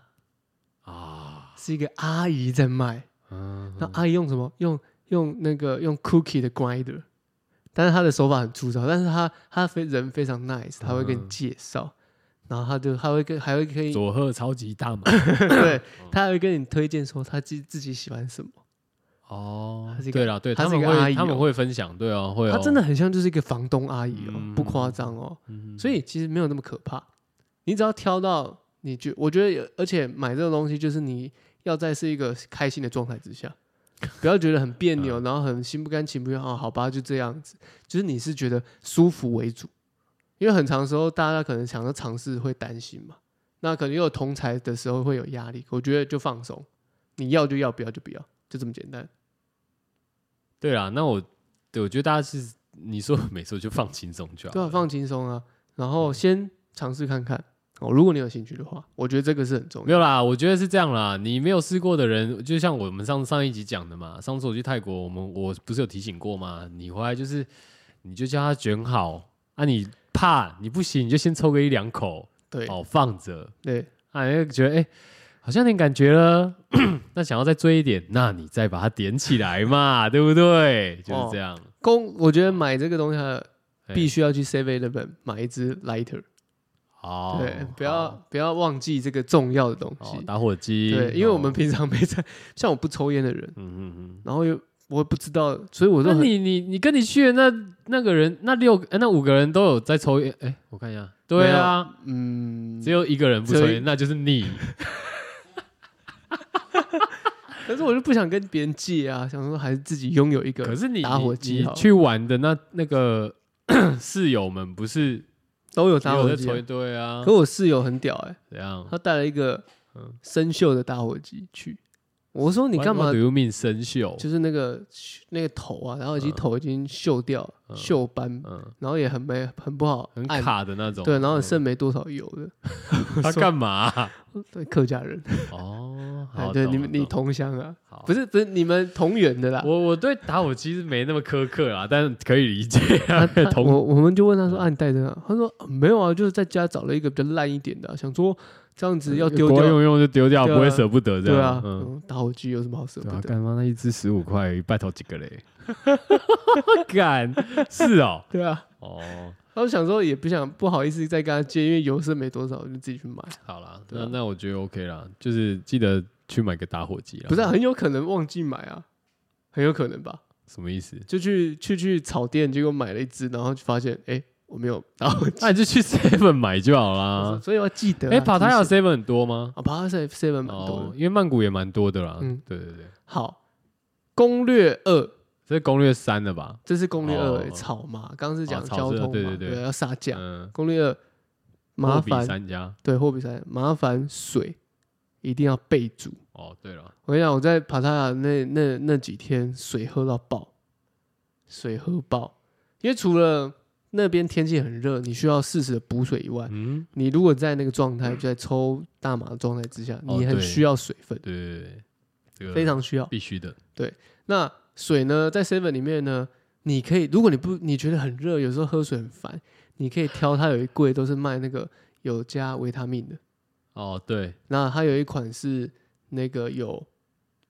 [SPEAKER 1] 啊，
[SPEAKER 2] 是一个阿姨在卖。
[SPEAKER 1] 嗯，
[SPEAKER 2] 那阿姨用什么？用用那个用 cookie 的 grinder，但是她的手法很粗糙，但是她她非人非常 nice，她会跟你
[SPEAKER 1] 嗯
[SPEAKER 2] 介绍，然后她就她会跟还会可以
[SPEAKER 1] 佐贺超级 大嘛，
[SPEAKER 2] 对，
[SPEAKER 1] 嗯
[SPEAKER 2] 她还会跟你推荐说她自自己喜欢什么。
[SPEAKER 1] 哦
[SPEAKER 2] 她是一，个
[SPEAKER 1] 对啦，对，
[SPEAKER 2] 她
[SPEAKER 1] 他
[SPEAKER 2] 是一
[SPEAKER 1] 们
[SPEAKER 2] 个阿
[SPEAKER 1] 会
[SPEAKER 2] 姨
[SPEAKER 1] 他们
[SPEAKER 2] 哦
[SPEAKER 1] 会分享，对哦，会哦，
[SPEAKER 2] 她真的很像就是一个房东阿姨哦，
[SPEAKER 1] 嗯
[SPEAKER 2] 不夸张哦。
[SPEAKER 1] 嗯，
[SPEAKER 2] 所以其实没有那么可怕，你只要挑到你觉，我觉得有，而且买这种东西就是你要在是一个开心的状态之 下，不要觉得很别
[SPEAKER 1] 嗯
[SPEAKER 2] 扭，然后很心不甘情不愿啊，好吧，就这样子，就是你是觉得舒服为主，因为很长时候大家可能想要尝试会担心嘛，那可能又有同才的时候会有压力，我觉得就放松，你要就要，不要就不要，就这么简单。
[SPEAKER 1] 对啦，那我对我觉得大家是你说每次就放轻松就好嗯
[SPEAKER 2] 对啊，
[SPEAKER 1] 了，
[SPEAKER 2] 放轻松啊，然后先尝试看看哦。如果你有兴趣的话，我觉得这个是很重
[SPEAKER 1] 没
[SPEAKER 2] 要。
[SPEAKER 1] 有啦，我觉得是这样啦。你没有试过的人，就像我们上上一集讲的嘛，上次我去泰国，我们我不是有提醒过吗？你回来就是你就叫他卷好啊，你怕你不行，你就先抽个一两口
[SPEAKER 2] 对
[SPEAKER 1] 哦，放着，
[SPEAKER 2] 对
[SPEAKER 1] 啊，你就觉得哎、好像有点感觉了，那想要再追一点，那你再把它点起来嘛，对不
[SPEAKER 2] 哦
[SPEAKER 1] 对？就是这样，
[SPEAKER 2] 公，我觉得买这个东西还
[SPEAKER 1] 嘿
[SPEAKER 2] 必须要去 Seven Eleven 买一支 lighter，
[SPEAKER 1] 哦好，
[SPEAKER 2] 对，不要
[SPEAKER 1] 好
[SPEAKER 2] 不要忘记这个重要的东
[SPEAKER 1] 哦
[SPEAKER 2] 西。
[SPEAKER 1] 打火机，
[SPEAKER 2] 对，因为
[SPEAKER 1] 哦
[SPEAKER 2] 我们平常没在， 像我不抽烟的人，
[SPEAKER 1] 嗯嗯嗯。
[SPEAKER 2] 然后又我不知道，所以我就
[SPEAKER 1] 那
[SPEAKER 2] 很
[SPEAKER 1] 你你你跟你去的那那个人，那六个、呃那五个人都有在抽烟，哎、我看一下，对啊，
[SPEAKER 2] 嗯
[SPEAKER 1] 只，有一个人不抽
[SPEAKER 2] 只有
[SPEAKER 1] 烟，那就是你。
[SPEAKER 2] 可是我就不想跟别人借啊，想说还是自己拥有一个。
[SPEAKER 1] 可是你
[SPEAKER 2] 打火机
[SPEAKER 1] 你
[SPEAKER 2] 好
[SPEAKER 1] 你去玩的那那个 室友们不是
[SPEAKER 2] 都有
[SPEAKER 1] 也
[SPEAKER 2] 打
[SPEAKER 1] 有
[SPEAKER 2] 火
[SPEAKER 1] 在
[SPEAKER 2] 机
[SPEAKER 1] 抽
[SPEAKER 2] 啊
[SPEAKER 1] 烟？，对啊
[SPEAKER 2] 可，我室友很屌哎，
[SPEAKER 1] 怎样
[SPEAKER 2] 他带了一个
[SPEAKER 1] 嗯
[SPEAKER 2] 生锈的打火机去。我说你干嘛
[SPEAKER 1] What？do you mean 生锈？
[SPEAKER 2] 就是那个那个头啊，然后已经
[SPEAKER 1] 嗯
[SPEAKER 2] 头已经锈掉了、
[SPEAKER 1] 嗯
[SPEAKER 2] 锈斑，
[SPEAKER 1] 嗯，
[SPEAKER 2] 然后也很没很不好
[SPEAKER 1] 很
[SPEAKER 2] 按，
[SPEAKER 1] 卡的那种。
[SPEAKER 2] 对，然后
[SPEAKER 1] 嗯
[SPEAKER 2] 剩没多少油的。
[SPEAKER 1] 他干嘛、啊
[SPEAKER 2] 对，客家人，
[SPEAKER 1] 哦，
[SPEAKER 2] 哎
[SPEAKER 1] 好，
[SPEAKER 2] 对，
[SPEAKER 1] 懂
[SPEAKER 2] 你
[SPEAKER 1] 了
[SPEAKER 2] 们你
[SPEAKER 1] 懂
[SPEAKER 2] 同乡啊，
[SPEAKER 1] 好
[SPEAKER 2] 不是不是你们同源的啦。
[SPEAKER 1] 我我对打火机是没那么苛刻啦，但可以理解啊。
[SPEAKER 2] 他
[SPEAKER 1] 同
[SPEAKER 2] 我我们就问他说：“啊，你带着啊？”他说：“啊没有啊，就是在家找了一个比较烂一点的啊，想说这样子要丢
[SPEAKER 1] 国外
[SPEAKER 2] 掉，
[SPEAKER 1] 呃用一用就丢掉，
[SPEAKER 2] 对啊
[SPEAKER 1] 不会舍不得这
[SPEAKER 2] 对
[SPEAKER 1] 样
[SPEAKER 2] 啊。，嗯，打火机有什么好舍
[SPEAKER 1] 对
[SPEAKER 2] 不
[SPEAKER 1] 啊，
[SPEAKER 2] 得？
[SPEAKER 1] 干妈那一支十五块，拜托几个 嘞？干是哦，
[SPEAKER 2] 对啊。”
[SPEAKER 1] 哦，
[SPEAKER 2] 然后想说也不想不好意思再跟他借，因为油是没多少，就自己去买。
[SPEAKER 1] 好啦，
[SPEAKER 2] 对
[SPEAKER 1] 那
[SPEAKER 2] 啊
[SPEAKER 1] 那我觉得 OK 啦，就是记得去买个打火机啦。
[SPEAKER 2] 不是、啊、很有可能忘记买啊，很有可能吧？
[SPEAKER 1] 什么意思？
[SPEAKER 2] 就去去去草店，结果买了一支，然后就发现哎、诶我没有打火机，
[SPEAKER 1] 那你就去 Seven 买就好 啦。
[SPEAKER 2] 所以我要记得啊。
[SPEAKER 1] 哎，帕塔
[SPEAKER 2] 提
[SPEAKER 1] 亚
[SPEAKER 2] 醒
[SPEAKER 1] Seven 很多吗？
[SPEAKER 2] 啊，爬 seven seven 蛮多
[SPEAKER 1] 哦，
[SPEAKER 2] 的。
[SPEAKER 1] 因为曼谷也蛮多的啦。
[SPEAKER 2] 嗯
[SPEAKER 1] 对对对，
[SPEAKER 2] 好，攻略二，
[SPEAKER 1] 这是攻略三了吧？
[SPEAKER 2] 这是攻略
[SPEAKER 1] 哦
[SPEAKER 2] 二、欸草嘛，刚刚是讲
[SPEAKER 1] 哦草
[SPEAKER 2] 交
[SPEAKER 1] 是
[SPEAKER 2] 通嘛，
[SPEAKER 1] 对对对
[SPEAKER 2] 要杀价。
[SPEAKER 1] 嗯，
[SPEAKER 2] 攻略二，啊麻
[SPEAKER 1] 货比
[SPEAKER 2] 烦
[SPEAKER 1] 三家。
[SPEAKER 2] 对货比三，麻烦水一定要备足。
[SPEAKER 1] 哦，对了，
[SPEAKER 2] 我跟你讲，我在帕塔亚那那那几天，水喝到爆，水喝爆。因为除了那边天气很热，你需要适时的补水以外，
[SPEAKER 1] 嗯，
[SPEAKER 2] 你如果在那个状态，就在抽大麻的状态之下，
[SPEAKER 1] 哦
[SPEAKER 2] 你很
[SPEAKER 1] 对
[SPEAKER 2] 需要水分，
[SPEAKER 1] 对对对，这个
[SPEAKER 2] 非常需要。
[SPEAKER 1] 必须的。
[SPEAKER 2] 那水呢，在 Seven 里面呢，你可以，如果你不你觉得很热，有时候喝水很烦，你可以挑它有一柜都是卖那个有加维他命的，
[SPEAKER 1] 哦，对，
[SPEAKER 2] 那它有一款是那个有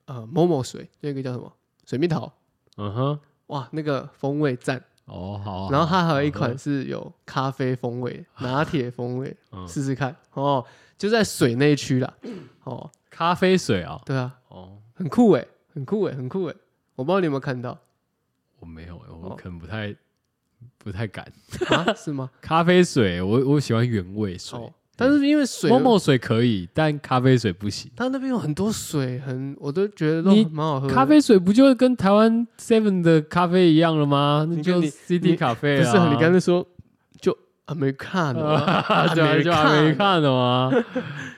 [SPEAKER 2] 呃某某水，那个叫什么水蜜桃。
[SPEAKER 1] 嗯哼，
[SPEAKER 2] 哇，那个风味赞。
[SPEAKER 1] 哦好。
[SPEAKER 2] 然后它还有一
[SPEAKER 1] 好
[SPEAKER 2] 款是有咖啡风味、拿铁风味，
[SPEAKER 1] 嗯
[SPEAKER 2] 试试看哦。就在水那一区啦。哦，
[SPEAKER 1] 咖啡水啊、
[SPEAKER 2] 对啊，
[SPEAKER 1] 哦，
[SPEAKER 2] 很酷诶，很酷诶，很酷诶。我不知道你有没有看到
[SPEAKER 1] 我没有欸、
[SPEAKER 2] 哦
[SPEAKER 1] 我可能不太、不太敢。
[SPEAKER 2] 啊？ 是吗？
[SPEAKER 1] 咖啡水，我我喜欢原味水，
[SPEAKER 2] 哦，但是因为水，
[SPEAKER 1] 某某水可以，但咖啡水不行。
[SPEAKER 2] 它那边有很多水，很我都觉得都
[SPEAKER 1] 你
[SPEAKER 2] 蛮好喝的。
[SPEAKER 1] 咖啡水不就跟台湾 Seven 的咖啡一样了吗？那
[SPEAKER 2] 你
[SPEAKER 1] 就
[SPEAKER 2] 跟你
[SPEAKER 1] CD
[SPEAKER 2] 你
[SPEAKER 1] 咖啡
[SPEAKER 2] 不
[SPEAKER 1] 啊。
[SPEAKER 2] 是啊？你刚才说就 Americano，啊
[SPEAKER 1] 对 啊，就
[SPEAKER 2] Americano
[SPEAKER 1] Americano 啊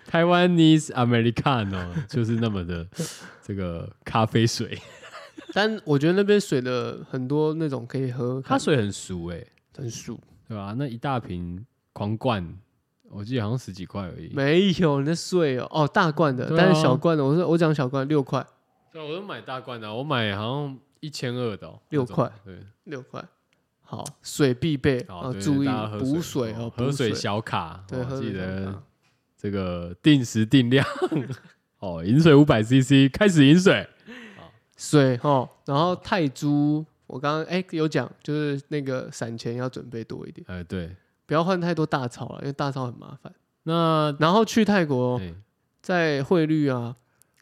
[SPEAKER 1] ，Taiwanese Americano 就是那么 的这个咖啡水，
[SPEAKER 2] 但我觉得那边水的很多那种可以喝，
[SPEAKER 1] 它水很熟哎、
[SPEAKER 2] 很熟。欸
[SPEAKER 1] 对吧、那一大瓶狂灌，我记得好像十几块而已。
[SPEAKER 2] 没有，那碎哦，哦，大罐的，
[SPEAKER 1] 对啊
[SPEAKER 2] 但是小罐的，我说我讲小罐六块，
[SPEAKER 1] 对啊，我都买大罐的啊、我买好像一千二的、哦，
[SPEAKER 2] 六
[SPEAKER 1] 那种
[SPEAKER 2] 块。
[SPEAKER 1] 对，
[SPEAKER 2] 六块。好，水必备
[SPEAKER 1] 哦，
[SPEAKER 2] 哦，
[SPEAKER 1] 对
[SPEAKER 2] 注意
[SPEAKER 1] 大家喝
[SPEAKER 2] 补水哦，
[SPEAKER 1] 喝
[SPEAKER 2] 补
[SPEAKER 1] 水小卡，
[SPEAKER 2] 对，
[SPEAKER 1] 哦
[SPEAKER 2] 喝
[SPEAKER 1] 记
[SPEAKER 2] 水小
[SPEAKER 1] 得
[SPEAKER 2] 卡
[SPEAKER 1] 这个定时定量哦，饮水五百 CC，开始饮水。
[SPEAKER 2] 水哦，然后泰铢。我刚刚哎有讲，就是那个散钱要准备多一点，
[SPEAKER 1] 呃，对，
[SPEAKER 2] 不要换太多大钞了，因为大钞很麻烦。
[SPEAKER 1] 那
[SPEAKER 2] 然后去泰国，
[SPEAKER 1] 哎
[SPEAKER 2] 在汇率啊，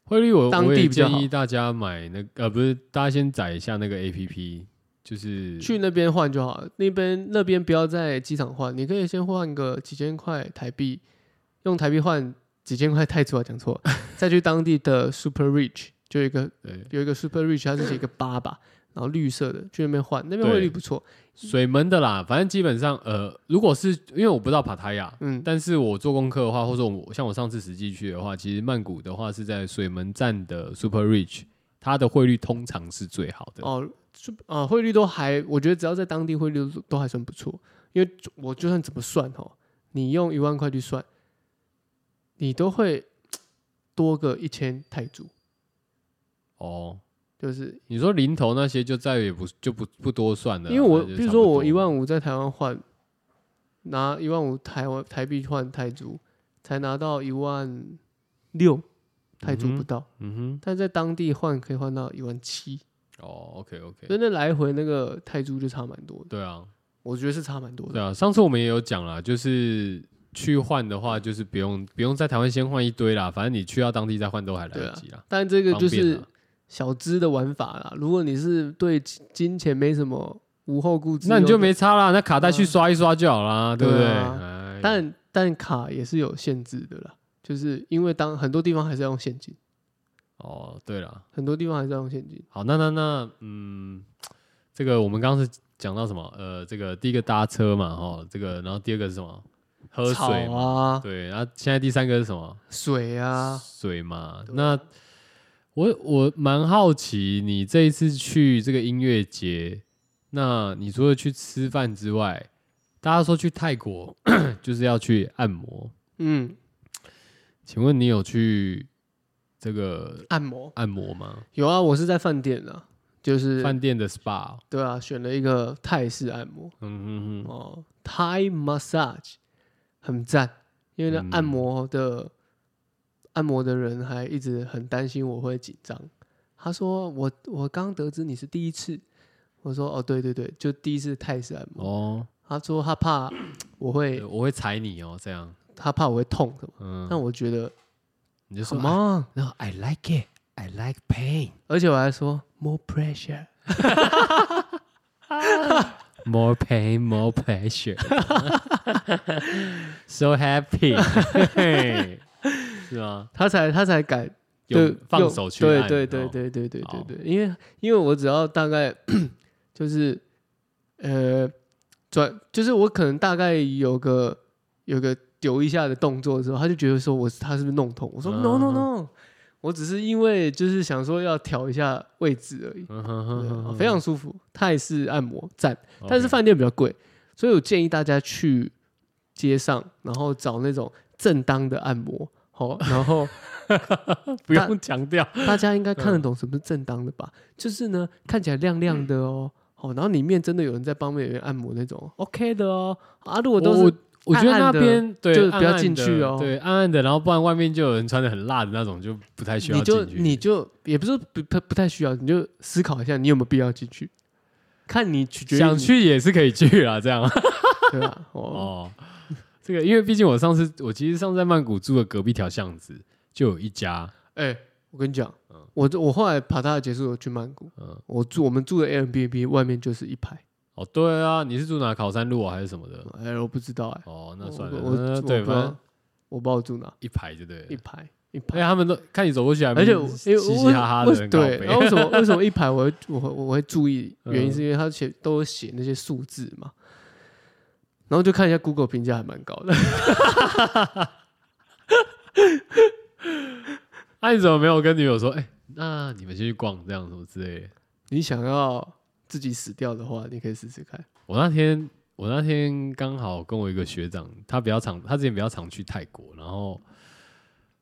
[SPEAKER 1] 汇率我
[SPEAKER 2] 当地
[SPEAKER 1] 我也
[SPEAKER 2] 比较
[SPEAKER 1] 建
[SPEAKER 2] 好
[SPEAKER 1] 议大家买那个呃，不是，大家先载一下那个 APP，就是
[SPEAKER 2] 去那边换就好了。那边那边不要在机场换，你可以先换个几千块台币，用台币换几千块泰铢啊，讲 错了，再去当地的 Super Rich 就有一个
[SPEAKER 1] 对
[SPEAKER 2] 有一个 Super Rich，它是写一个八吧，然后绿色的去那边换，那边汇率
[SPEAKER 1] 嗯对
[SPEAKER 2] 不错。
[SPEAKER 1] 水门的啦，反正基本上呃，如果是因为我不知道帕塔亚，
[SPEAKER 2] 嗯，
[SPEAKER 1] 但是我做功课的话，或者我像我上次实际去的话，其实曼谷的话是在水门站的 Super Rich，它的汇率通常是最好的。
[SPEAKER 2] 哦，是呃，汇率都还，我觉得只要在当地汇率都都还算不错，因为我就算怎么算哦，你用一万块去算，你都会多个一千泰铢，
[SPEAKER 1] 哦，
[SPEAKER 2] 就是
[SPEAKER 1] 你说零头那些就再也不就不不多算了啦，
[SPEAKER 2] 因为我
[SPEAKER 1] 那就
[SPEAKER 2] 比
[SPEAKER 1] 差
[SPEAKER 2] 如
[SPEAKER 1] 不
[SPEAKER 2] 说我
[SPEAKER 1] 多
[SPEAKER 2] 一万五在台湾换，拿一万五台湾台币换泰铢，才拿到一万六泰铢
[SPEAKER 1] 嗯
[SPEAKER 2] 不
[SPEAKER 1] 哼
[SPEAKER 2] 到，
[SPEAKER 1] 嗯
[SPEAKER 2] 但在当地换可以换到一万七，
[SPEAKER 1] 哼，哦，OK
[SPEAKER 2] 所
[SPEAKER 1] OK，
[SPEAKER 2] 以那来回那个泰铢就差蛮多的，
[SPEAKER 1] 对啊，
[SPEAKER 2] 我觉得是差蛮多的。
[SPEAKER 1] 对啊，上次我们也有讲啦，就是去换的话，就是不用不用在台湾先换一堆啦，反正你去到当地再换都还来
[SPEAKER 2] 对
[SPEAKER 1] 得
[SPEAKER 2] 啊
[SPEAKER 1] 及啦。
[SPEAKER 2] 但这个
[SPEAKER 1] 方
[SPEAKER 2] 就
[SPEAKER 1] 便啊
[SPEAKER 2] 是
[SPEAKER 1] 啦
[SPEAKER 2] 小资的玩法啦。如果你是对金金钱没什么无后顾之忧
[SPEAKER 1] 那
[SPEAKER 2] 的，
[SPEAKER 1] 你就没差啦，那卡带
[SPEAKER 2] 对
[SPEAKER 1] 去
[SPEAKER 2] 啊
[SPEAKER 1] 刷一刷就好啦，对不对？
[SPEAKER 2] 对啊
[SPEAKER 1] 哎
[SPEAKER 2] 但但卡也是有限制的啦，就是因为当很多地方还是要用现金，
[SPEAKER 1] 哦，对了，
[SPEAKER 2] 很多地方还是要用现金。
[SPEAKER 1] 好，那那那，嗯，这个我们刚刚是讲到什么？呃，这个第一个搭车嘛，哈，这个，然后第二个是什么？喝
[SPEAKER 2] 草
[SPEAKER 1] 水嘛，
[SPEAKER 2] 啊，
[SPEAKER 1] 对，然后现在第三个是什么？
[SPEAKER 2] 水啊，
[SPEAKER 1] 水嘛。
[SPEAKER 2] 对
[SPEAKER 1] 那我我蛮好奇，你这一次去这个音乐节，那你除了去吃饭之外，大家说去泰国 就是要去按摩，
[SPEAKER 2] 嗯，
[SPEAKER 1] 请问你有去这个
[SPEAKER 2] 按摩
[SPEAKER 1] 按摩吗？
[SPEAKER 2] 有啊，我是在饭店啊，就是
[SPEAKER 1] 饭店的 SPA，哦
[SPEAKER 2] 对啊，选了一个泰式按摩
[SPEAKER 1] 嗯嗯嗯，
[SPEAKER 2] 哦，Thai massage 很赞，因为
[SPEAKER 1] 嗯
[SPEAKER 2] 那按摩的、按摩的人还一直很担心我会紧张，他说我我刚得知你是第一次，我说哦对对对，就第一次泰式按摩，
[SPEAKER 1] 哦，
[SPEAKER 2] 他说他怕我会
[SPEAKER 1] 对我会踩你哦，这样，
[SPEAKER 2] 他怕我会痛什么，
[SPEAKER 1] 嗯，
[SPEAKER 2] 但我觉得
[SPEAKER 1] 你就
[SPEAKER 2] 什
[SPEAKER 1] 说，
[SPEAKER 2] 么，
[SPEAKER 1] 然后 I like it, I like pain,
[SPEAKER 2] 而且我还说 more pressure。
[SPEAKER 1] more pain, more pleasure, so happy，嘿是吗？
[SPEAKER 2] 他才他才敢
[SPEAKER 1] 有
[SPEAKER 2] 对
[SPEAKER 1] 放
[SPEAKER 2] 用
[SPEAKER 1] 手去
[SPEAKER 2] 对
[SPEAKER 1] 按
[SPEAKER 2] 对对
[SPEAKER 1] 哦
[SPEAKER 2] 对对对
[SPEAKER 1] 好
[SPEAKER 2] 对对，因为因为我只要大概 就是呃转，就是我可能大概有个有个丢一下的动作之后，他就觉得说我是他是不是弄痛？我说、
[SPEAKER 1] 嗯
[SPEAKER 2] no no no，我只是因为就是想说要调一下位置而已，
[SPEAKER 1] 嗯哼
[SPEAKER 2] 对哦啊
[SPEAKER 1] 哼哼哼
[SPEAKER 2] 非常舒服，泰式按摩赞，
[SPEAKER 1] OK
[SPEAKER 2] 但是饭店比较贵，所以我建议大家去街上，然后找那种正当的按摩。好，然后
[SPEAKER 1] 不用强调，
[SPEAKER 2] 大家应该看得懂什么是正当的吧？
[SPEAKER 1] 嗯
[SPEAKER 2] 就是呢，看起来亮亮的哦，哦，然后里面真的有人在帮美员按摩那种，OK 的哦。啊，如果都
[SPEAKER 1] 我
[SPEAKER 2] 是
[SPEAKER 1] 我觉得
[SPEAKER 2] 暗
[SPEAKER 1] 那
[SPEAKER 2] 暗的
[SPEAKER 1] 边对
[SPEAKER 2] 就不要
[SPEAKER 1] 暗暗
[SPEAKER 2] 进
[SPEAKER 1] 的
[SPEAKER 2] 去哦
[SPEAKER 1] 对暗暗的，然后不然外面就有人穿的很辣的那种，就不太需要
[SPEAKER 2] 你就
[SPEAKER 1] 进去。
[SPEAKER 2] 你就也不是不不不太需要，你就思考一下，你有没有必要进去？看你取决于
[SPEAKER 1] 想
[SPEAKER 2] 你
[SPEAKER 1] 去也是可以去啊，这样。
[SPEAKER 2] 对吧？哦，
[SPEAKER 1] 哦， 这个因为毕竟我上次，我其实上次在曼谷住的隔壁条巷子就有一家，
[SPEAKER 2] 哎，我跟你讲
[SPEAKER 1] 嗯，
[SPEAKER 2] 我我后来爬塔结束，我去曼谷，
[SPEAKER 1] 嗯，
[SPEAKER 2] 我住我们住的 Airbnb 外面就是一排，
[SPEAKER 1] 哦，对啊，你是住哪考山路啊还是什么的？
[SPEAKER 2] 哎，我不知道哎，
[SPEAKER 1] 哦，那
[SPEAKER 2] 我
[SPEAKER 1] 算了，
[SPEAKER 2] 我我
[SPEAKER 1] 呃
[SPEAKER 2] 不知
[SPEAKER 1] 对，反正
[SPEAKER 2] 道，我不知道我住哪，
[SPEAKER 1] 一排就对了
[SPEAKER 2] 一。排一
[SPEAKER 1] 而
[SPEAKER 2] 排
[SPEAKER 1] 且。他们都看你走过去，还没
[SPEAKER 2] 而且我因为
[SPEAKER 1] 嘻嘻
[SPEAKER 2] 我
[SPEAKER 1] 哈哈
[SPEAKER 2] 为
[SPEAKER 1] 的，
[SPEAKER 2] 什
[SPEAKER 1] 很搞
[SPEAKER 2] 对，哦
[SPEAKER 1] 北
[SPEAKER 2] 然 后为什么为什么一排我会我会我会注意？
[SPEAKER 1] 嗯
[SPEAKER 2] 原因是因为他写都有写那些数字嘛，然后就看一下 Google 评价还蛮高的。
[SPEAKER 1] 那啊你怎么没有跟女友说？哎，那你们先去逛这样什么之类的？
[SPEAKER 2] 你想要自己死掉的话，你可以试试看。
[SPEAKER 1] 我那天我那天刚好跟我一个学长，他比较常，他之前比较常去泰国，然后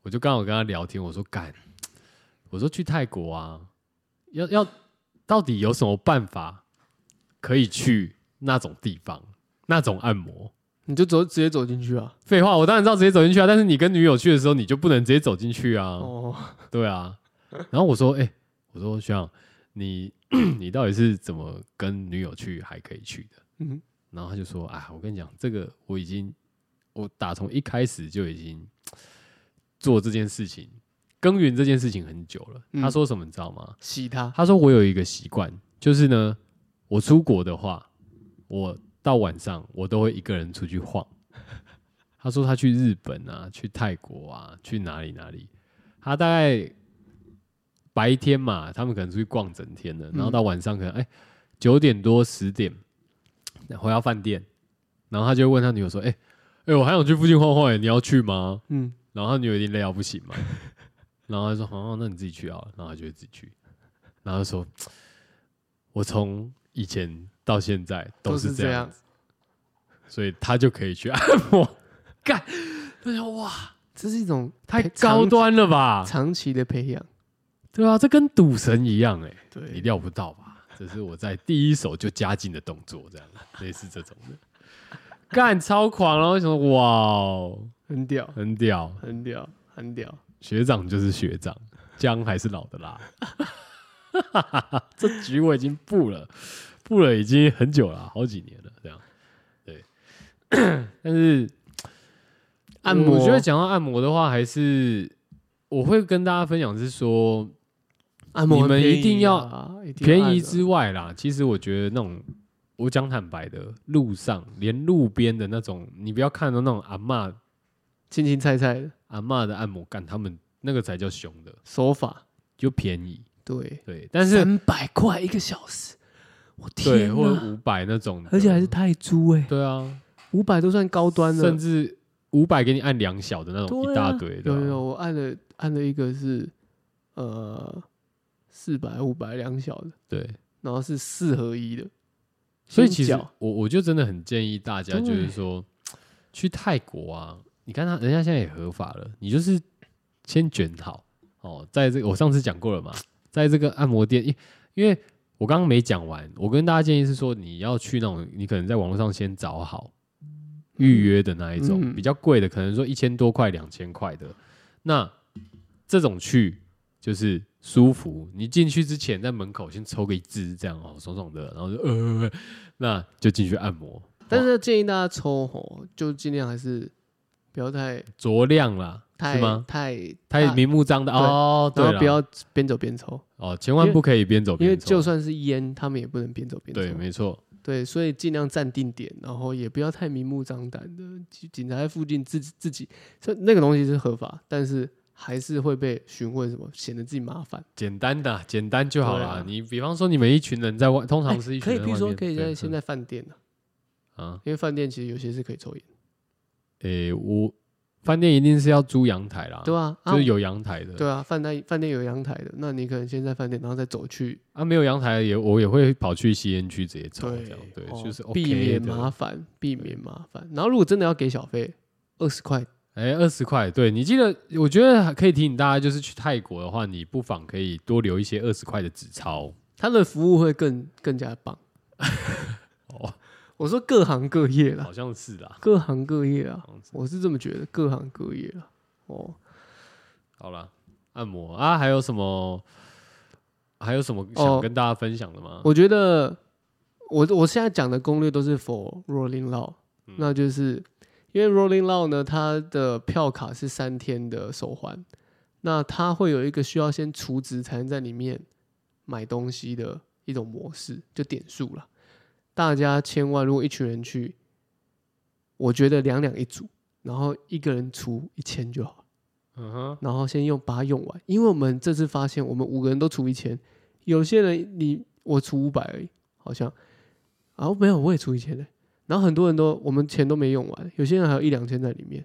[SPEAKER 1] 我就刚好跟他聊天，我说干，我说去泰国啊，要要到底有什么办法可以去那种地方那种按摩？
[SPEAKER 2] 你就走直接走进去啊！
[SPEAKER 1] 废话，我当然知道直接走进去啊，但是你跟女友去的时候，你就不能直接走进去啊。
[SPEAKER 2] 哦，
[SPEAKER 1] 对啊，然后我说，哎、我说学长，你 你到底是怎么跟女友去还可以去的？
[SPEAKER 2] 嗯，
[SPEAKER 1] 然后他就说：“啊，我跟你讲，这个我已经，我打从一开始就已经做这件事情，耕耘这件事情很久了。
[SPEAKER 2] 嗯
[SPEAKER 1] 他说什么你知道吗？
[SPEAKER 2] 洗他
[SPEAKER 1] 他说我有一个习惯，就是呢，我出国的话，我到晚上我都会一个人出去晃。 他说他去日本啊，去泰国啊，去哪里哪里，他大概白天嘛，他们可能出去逛整天的，然后到晚上可能哎九、点多十点回到饭店，然后他就问他女友说：“哎、哎、我还想去附近晃晃、哎，你要去吗
[SPEAKER 2] 嗯，？”
[SPEAKER 1] 然后他女友一定累到不行嘛， 然后他说：“好、那你自己去啊。”然后他就会自己去，然后他说：“我从以前到现在都
[SPEAKER 2] 都
[SPEAKER 1] 是
[SPEAKER 2] 是
[SPEAKER 1] 这
[SPEAKER 2] 这
[SPEAKER 1] 样
[SPEAKER 2] 样
[SPEAKER 1] 子，，所以他就可以去按 摩。”干，对呀，哇，
[SPEAKER 2] 这是一种
[SPEAKER 1] 太
[SPEAKER 2] 培
[SPEAKER 1] 高
[SPEAKER 2] 长
[SPEAKER 1] 端了吧？
[SPEAKER 2] 长期的培养。
[SPEAKER 1] 对啊，这跟赌神一样哎、你
[SPEAKER 2] 对，
[SPEAKER 1] 料不到吧？这是我在第一手就加进的动作，这样类似这种的，干超狂然后想说哇哦，
[SPEAKER 2] 很屌，
[SPEAKER 1] 很屌，
[SPEAKER 2] 很屌，很屌。
[SPEAKER 1] 学长就是学长，姜还是老的辣。 这局我已经布了，布了已经很久了，好几年了，这样。 对，但是
[SPEAKER 2] 按摩
[SPEAKER 1] 我觉得讲到按摩的话，还是我会跟大家分享是说，
[SPEAKER 2] 按摩
[SPEAKER 1] 你们
[SPEAKER 2] 很便
[SPEAKER 1] 一定
[SPEAKER 2] 宜
[SPEAKER 1] 要
[SPEAKER 2] 啊一定要
[SPEAKER 1] 便宜
[SPEAKER 2] 按啊
[SPEAKER 1] 之外啦，其实我觉得那种，我讲坦白的，路上连路边的那种，你不要看到那种阿嬷
[SPEAKER 2] 青青菜菜的
[SPEAKER 1] 阿嬷的按摩干，他们那个才叫凶的，
[SPEAKER 2] 手法，
[SPEAKER 1] 就便宜。
[SPEAKER 2] 对，
[SPEAKER 1] 对，但是
[SPEAKER 2] 三百块一个小时，我
[SPEAKER 1] 对
[SPEAKER 2] 天
[SPEAKER 1] 或
[SPEAKER 2] 哪！
[SPEAKER 1] 五百那种的，
[SPEAKER 2] 而且还是泰铢哎，
[SPEAKER 1] 对啊，
[SPEAKER 2] 五百都算高端的，
[SPEAKER 1] 甚至五百给你按两小的那种一
[SPEAKER 2] 对啊
[SPEAKER 1] 大堆的
[SPEAKER 2] 有，有，我按了按了一个是呃四百五百两小的，
[SPEAKER 1] 对。
[SPEAKER 2] 然后是四合一的，
[SPEAKER 1] 所以其实
[SPEAKER 2] 先缴
[SPEAKER 1] 我我就真的很建议大家，
[SPEAKER 2] 对
[SPEAKER 1] 就是说去泰国啊，你看他人家现在也合法了，你就是先卷好哦，在这个我上次讲过了嘛，在这个按摩店，因因为我刚刚没讲完，我跟大家建议是说你要去那种你可能在网络上先找好预约的那一种，
[SPEAKER 2] 嗯
[SPEAKER 1] 比较贵的，可能说一千多块、两千块的，那这种去就是舒服。你进去之前，在门口先抽个一支，这样哦，爽爽的，然后就呃呃，呃那就进去按摩，
[SPEAKER 2] 但是建议大家抽吼，就尽量还是不要太
[SPEAKER 1] 酌量啦，是
[SPEAKER 2] 太
[SPEAKER 1] 吗？
[SPEAKER 2] 太
[SPEAKER 1] 太明目张胆
[SPEAKER 2] 对
[SPEAKER 1] 哦，对
[SPEAKER 2] 然
[SPEAKER 1] 了，
[SPEAKER 2] 后不要边走边抽，
[SPEAKER 1] 哦，千万不可以边走
[SPEAKER 2] 因为
[SPEAKER 1] 边抽，
[SPEAKER 2] 就算是烟，他们也不能边走边抽。
[SPEAKER 1] 对，没错，
[SPEAKER 2] 对，所以尽量站定点，然后也不要太明目张胆的。警警察在附近自己自己，所以那个东西是合法，但是还是会被询问什么，显得自己麻烦。
[SPEAKER 1] 简单的简单就好
[SPEAKER 2] 对
[SPEAKER 1] 啦
[SPEAKER 2] 啊。
[SPEAKER 1] 你比方说你们一群人在外，通常是一
[SPEAKER 2] 可
[SPEAKER 1] 群
[SPEAKER 2] 以，
[SPEAKER 1] 人在
[SPEAKER 2] 比如
[SPEAKER 1] 外
[SPEAKER 2] 说
[SPEAKER 1] 面，
[SPEAKER 2] 可以在
[SPEAKER 1] 对
[SPEAKER 2] 现在饭店的、
[SPEAKER 1] 嗯啊，
[SPEAKER 2] 因为饭店其实有些是可以抽烟，
[SPEAKER 1] 诶，我饭店一定是要租阳台啦，
[SPEAKER 2] 对吧、啊？
[SPEAKER 1] 就是有阳台的，
[SPEAKER 2] 对啊，饭店饭店有阳台的，那你可能先在饭店，然后再走去，
[SPEAKER 1] 啊，没有阳台也我也会跑去吸烟区直接抽，这样对，
[SPEAKER 2] 哦
[SPEAKER 1] 就是 OK
[SPEAKER 2] 避免
[SPEAKER 1] 的
[SPEAKER 2] 麻烦，避免麻烦。然后如果真的要给小费，二十块，
[SPEAKER 1] 哎，二十块，对你记得，我觉得可以提醒大家，就是去泰国的话，你不妨可以多留一些二十块的纸钞。
[SPEAKER 2] 他的服务会更更加棒。
[SPEAKER 1] 哦，
[SPEAKER 2] 我说各行各业啦，
[SPEAKER 1] 好像是啦。
[SPEAKER 2] 各行各业啊
[SPEAKER 1] 这样，子
[SPEAKER 2] 我是这么觉得，各行各业啊。哦，
[SPEAKER 1] 好啦，按摩啊，还有什么？还有什么想
[SPEAKER 2] 哦
[SPEAKER 1] 跟大家分享的吗？
[SPEAKER 2] 我觉得我我现在讲的攻略都是 for Rolling Law，、那
[SPEAKER 1] 嗯
[SPEAKER 2] 就是因为 Rolling Law 呢，它的票卡是三天的手环，那它会有一个需要先储值才能在里面买东西的一种模式，就点数啦。大家千万，如果一群人去，我觉得两两一组，然后一个人出一千就好。
[SPEAKER 1] 嗯哼，
[SPEAKER 2] 然后先用把它用完，因为我们这次发现我们五个人都除一千，有些人你我除五百而已，好像，啊没有我也除一千嘞，然后很多人都我们钱都没用完，有些人还有一两千在里面，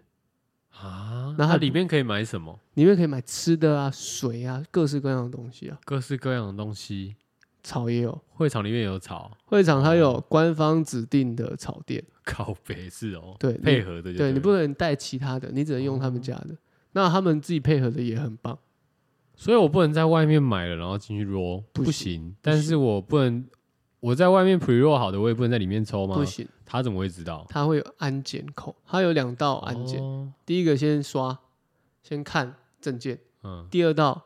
[SPEAKER 1] 啊，那
[SPEAKER 2] 那
[SPEAKER 1] 它
[SPEAKER 2] 还
[SPEAKER 1] 里面可以买什么？
[SPEAKER 2] 里面可以买吃的啊、水啊、各式各样的东西啊，
[SPEAKER 1] 各式各样的东西。
[SPEAKER 2] 草也有，
[SPEAKER 1] 会场里面有草，
[SPEAKER 2] 会场它
[SPEAKER 1] 哦
[SPEAKER 2] 有官方指定的草店，
[SPEAKER 1] 靠北是哦，
[SPEAKER 2] 对你
[SPEAKER 1] 配合的就
[SPEAKER 2] 对你不
[SPEAKER 1] 了，哦
[SPEAKER 2] 能带其他的，你只能用他们家的，那他们自己配合的也很棒，
[SPEAKER 1] 所以我不能在外面买了然后进去 roll，
[SPEAKER 2] 不
[SPEAKER 1] 不行，但是我不能。我在外面 pre roll 好的，我也不能在里面抽吗
[SPEAKER 2] 不？行，
[SPEAKER 1] 他怎么会知道？
[SPEAKER 2] 它会有安检口，它有两道安检。
[SPEAKER 1] 哦
[SPEAKER 2] 第一个先刷，先看证件；
[SPEAKER 1] 嗯
[SPEAKER 2] 第二道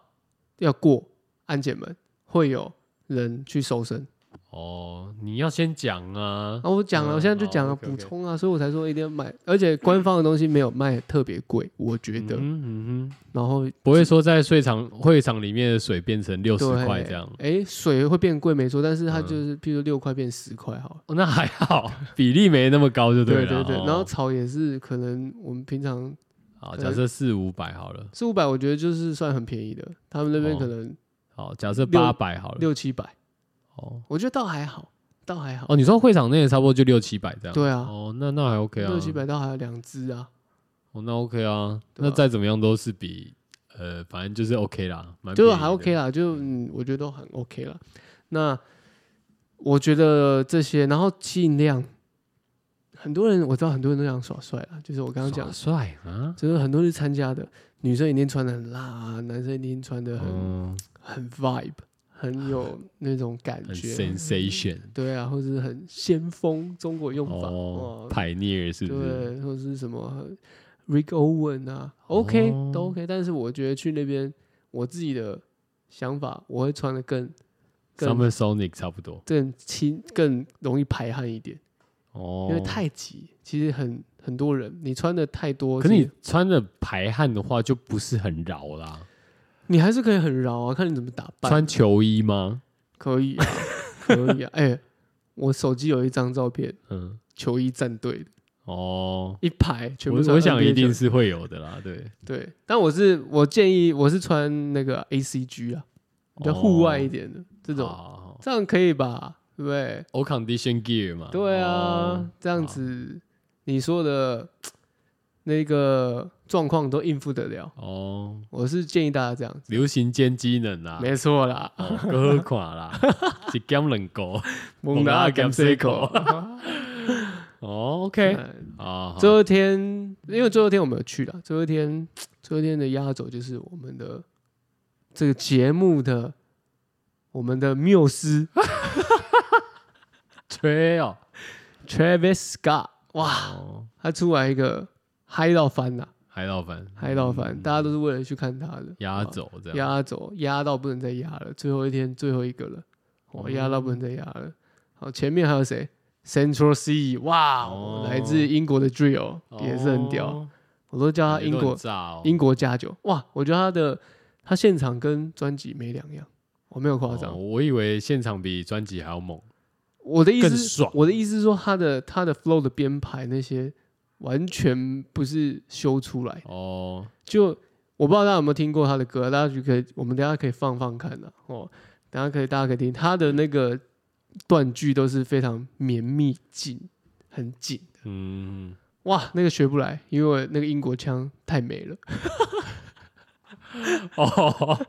[SPEAKER 2] 要过安检门，会有人去搜身。
[SPEAKER 1] 哦，你要先讲啊
[SPEAKER 2] 然，后我讲了，
[SPEAKER 1] 嗯
[SPEAKER 2] 我现在就讲
[SPEAKER 1] 好
[SPEAKER 2] 了
[SPEAKER 1] ，OK，OK
[SPEAKER 2] 补充啊，所以我才说一定要买，而且官方的东西没有卖特别贵，我觉得。
[SPEAKER 1] 嗯嗯哼，
[SPEAKER 2] 然后
[SPEAKER 1] 不会说在水场会场里面的水变成六十
[SPEAKER 2] 对，
[SPEAKER 1] 块这样，
[SPEAKER 2] 哎，水会变贵没错，但是它
[SPEAKER 1] 嗯
[SPEAKER 2] 就是，譬如六块变十块好了。
[SPEAKER 1] 哦那还好， 比例没那么高就
[SPEAKER 2] 对
[SPEAKER 1] 了。
[SPEAKER 2] 对对，
[SPEAKER 1] 哦
[SPEAKER 2] 然后草也是可能我们平常
[SPEAKER 1] 好，
[SPEAKER 2] 对
[SPEAKER 1] 假设四五百好了，
[SPEAKER 2] 四五百，我觉得就是算很便宜的。他们那边
[SPEAKER 1] 哦
[SPEAKER 2] 可能
[SPEAKER 1] 好，假设
[SPEAKER 2] 六
[SPEAKER 1] 八百好了。
[SPEAKER 2] 六七百，
[SPEAKER 1] 哦
[SPEAKER 2] 我觉得倒还好，倒还好。
[SPEAKER 1] 哦，你说会场内差不多就六七百这样。
[SPEAKER 2] 对啊，
[SPEAKER 1] 哦，那那还 OK 啊。
[SPEAKER 2] 六七。百倒还有两只啊，
[SPEAKER 1] 哦，那 OK 啊。
[SPEAKER 2] 对
[SPEAKER 1] 那
[SPEAKER 2] 啊
[SPEAKER 1] 再怎么样都是比呃，反正就是 OK 啦，蛮
[SPEAKER 2] 就
[SPEAKER 1] 便宜
[SPEAKER 2] 还
[SPEAKER 1] 的
[SPEAKER 2] OK 啦，就嗯，我觉得都很 OK 啦。那我觉得这些，然后尽量，很多人我知道很多人都想耍帅啦，就是我刚刚讲
[SPEAKER 1] 耍，帅啊。
[SPEAKER 2] 就是很多人去参加的，女生一定穿的很辣啊，男生一定穿的很、
[SPEAKER 1] 嗯，
[SPEAKER 2] 很 vibe，很有那种感
[SPEAKER 1] 很
[SPEAKER 2] 觉，
[SPEAKER 1] sensation。
[SPEAKER 2] 对啊，或者是很先锋，中国用法，
[SPEAKER 1] 哦
[SPEAKER 2] 哦，
[SPEAKER 1] ，pioneer 是不是？
[SPEAKER 2] 对，或者是什么 Rick Owen 啊，OK、
[SPEAKER 1] 哦
[SPEAKER 2] 都 OK，但是我觉得去那边，我自己的想法，我会穿的更更
[SPEAKER 1] Summer Sonic 差不多。
[SPEAKER 2] 更轻，更容易排汗一点，
[SPEAKER 1] 哦，
[SPEAKER 2] 因为太挤，其实很很多人，你穿的太多，
[SPEAKER 1] 可
[SPEAKER 2] 其
[SPEAKER 1] 你
[SPEAKER 2] 实
[SPEAKER 1] 穿着排汗的话，就不是很饶啦。
[SPEAKER 2] 你还是可以很饶啊，看你怎么打扮，
[SPEAKER 1] 穿球衣吗？
[SPEAKER 2] 可以啊，可以啊，哎、我手机有一张照片，
[SPEAKER 1] 嗯，
[SPEAKER 2] 球衣战队的
[SPEAKER 1] 哦，
[SPEAKER 2] 一排全
[SPEAKER 1] 我
[SPEAKER 2] 部穿
[SPEAKER 1] 我想
[SPEAKER 2] NBA
[SPEAKER 1] 一定
[SPEAKER 2] 球
[SPEAKER 1] 是会有的啦，对，
[SPEAKER 2] 对，但我是我建议我是穿那个 A C G 啊，比较户外
[SPEAKER 1] 哦
[SPEAKER 2] 一点的、
[SPEAKER 1] 这
[SPEAKER 2] 这种，这样可以吧？对不对？
[SPEAKER 1] all condition gear 嘛，
[SPEAKER 2] 对啊，
[SPEAKER 1] 哦
[SPEAKER 2] 这样子你说的那个状况都应付得了。
[SPEAKER 1] 哦，
[SPEAKER 2] 我是建议大家这样，
[SPEAKER 1] 流行兼机能啊啦，
[SPEAKER 2] 没错啦，
[SPEAKER 1] 哦，歌款 啦，是姜冷狗，
[SPEAKER 2] 蒙
[SPEAKER 1] 达
[SPEAKER 2] 达
[SPEAKER 1] Gam
[SPEAKER 2] Gam
[SPEAKER 1] Seiko 哦，OK，啊，
[SPEAKER 2] 最后一天，因为最后一天我们有去了，最后一天，最后一天的压轴就是我们的这个节目的我们的缪斯
[SPEAKER 1] 吹哦，
[SPEAKER 2] Travis Scott，哇，
[SPEAKER 1] 哇，
[SPEAKER 2] 他出来一个嗨到翻呐、
[SPEAKER 1] 海老板，
[SPEAKER 2] 嗨到翻，大家都是为了去看他的
[SPEAKER 1] 嗯压，轴这样，
[SPEAKER 2] 哇压轴，压到不能再压了，最后一天最后一个了，
[SPEAKER 1] 哦
[SPEAKER 2] 我压到不能再压了。好，前面还有谁？Central C，哇，
[SPEAKER 1] 哦
[SPEAKER 2] 来自英国的 Drill 也是很屌，
[SPEAKER 1] 哦，
[SPEAKER 2] 我都叫他
[SPEAKER 1] 感觉
[SPEAKER 2] 英
[SPEAKER 1] 都
[SPEAKER 2] 国
[SPEAKER 1] 很炸哦，
[SPEAKER 2] 英国加酒，哇，我觉得他的他现场跟专辑没两样，我没有夸张
[SPEAKER 1] 哦，我以为现场比专辑还要猛，
[SPEAKER 2] 我的意
[SPEAKER 1] 更
[SPEAKER 2] 思
[SPEAKER 1] 爽
[SPEAKER 2] 是，我的意思是说他的他的 flow 的编排那些完全不是修出来的。
[SPEAKER 1] 哦，
[SPEAKER 2] 就我不知道大家有没有听过他的歌，大家就可以，我们等一下可以放放看的、哦。等一下可以，大家可以听他的那个断句都是非常绵密紧，很紧的。
[SPEAKER 1] 嗯。
[SPEAKER 2] 哇，那个学不来，因为那个英国腔太美了。
[SPEAKER 1] 哦，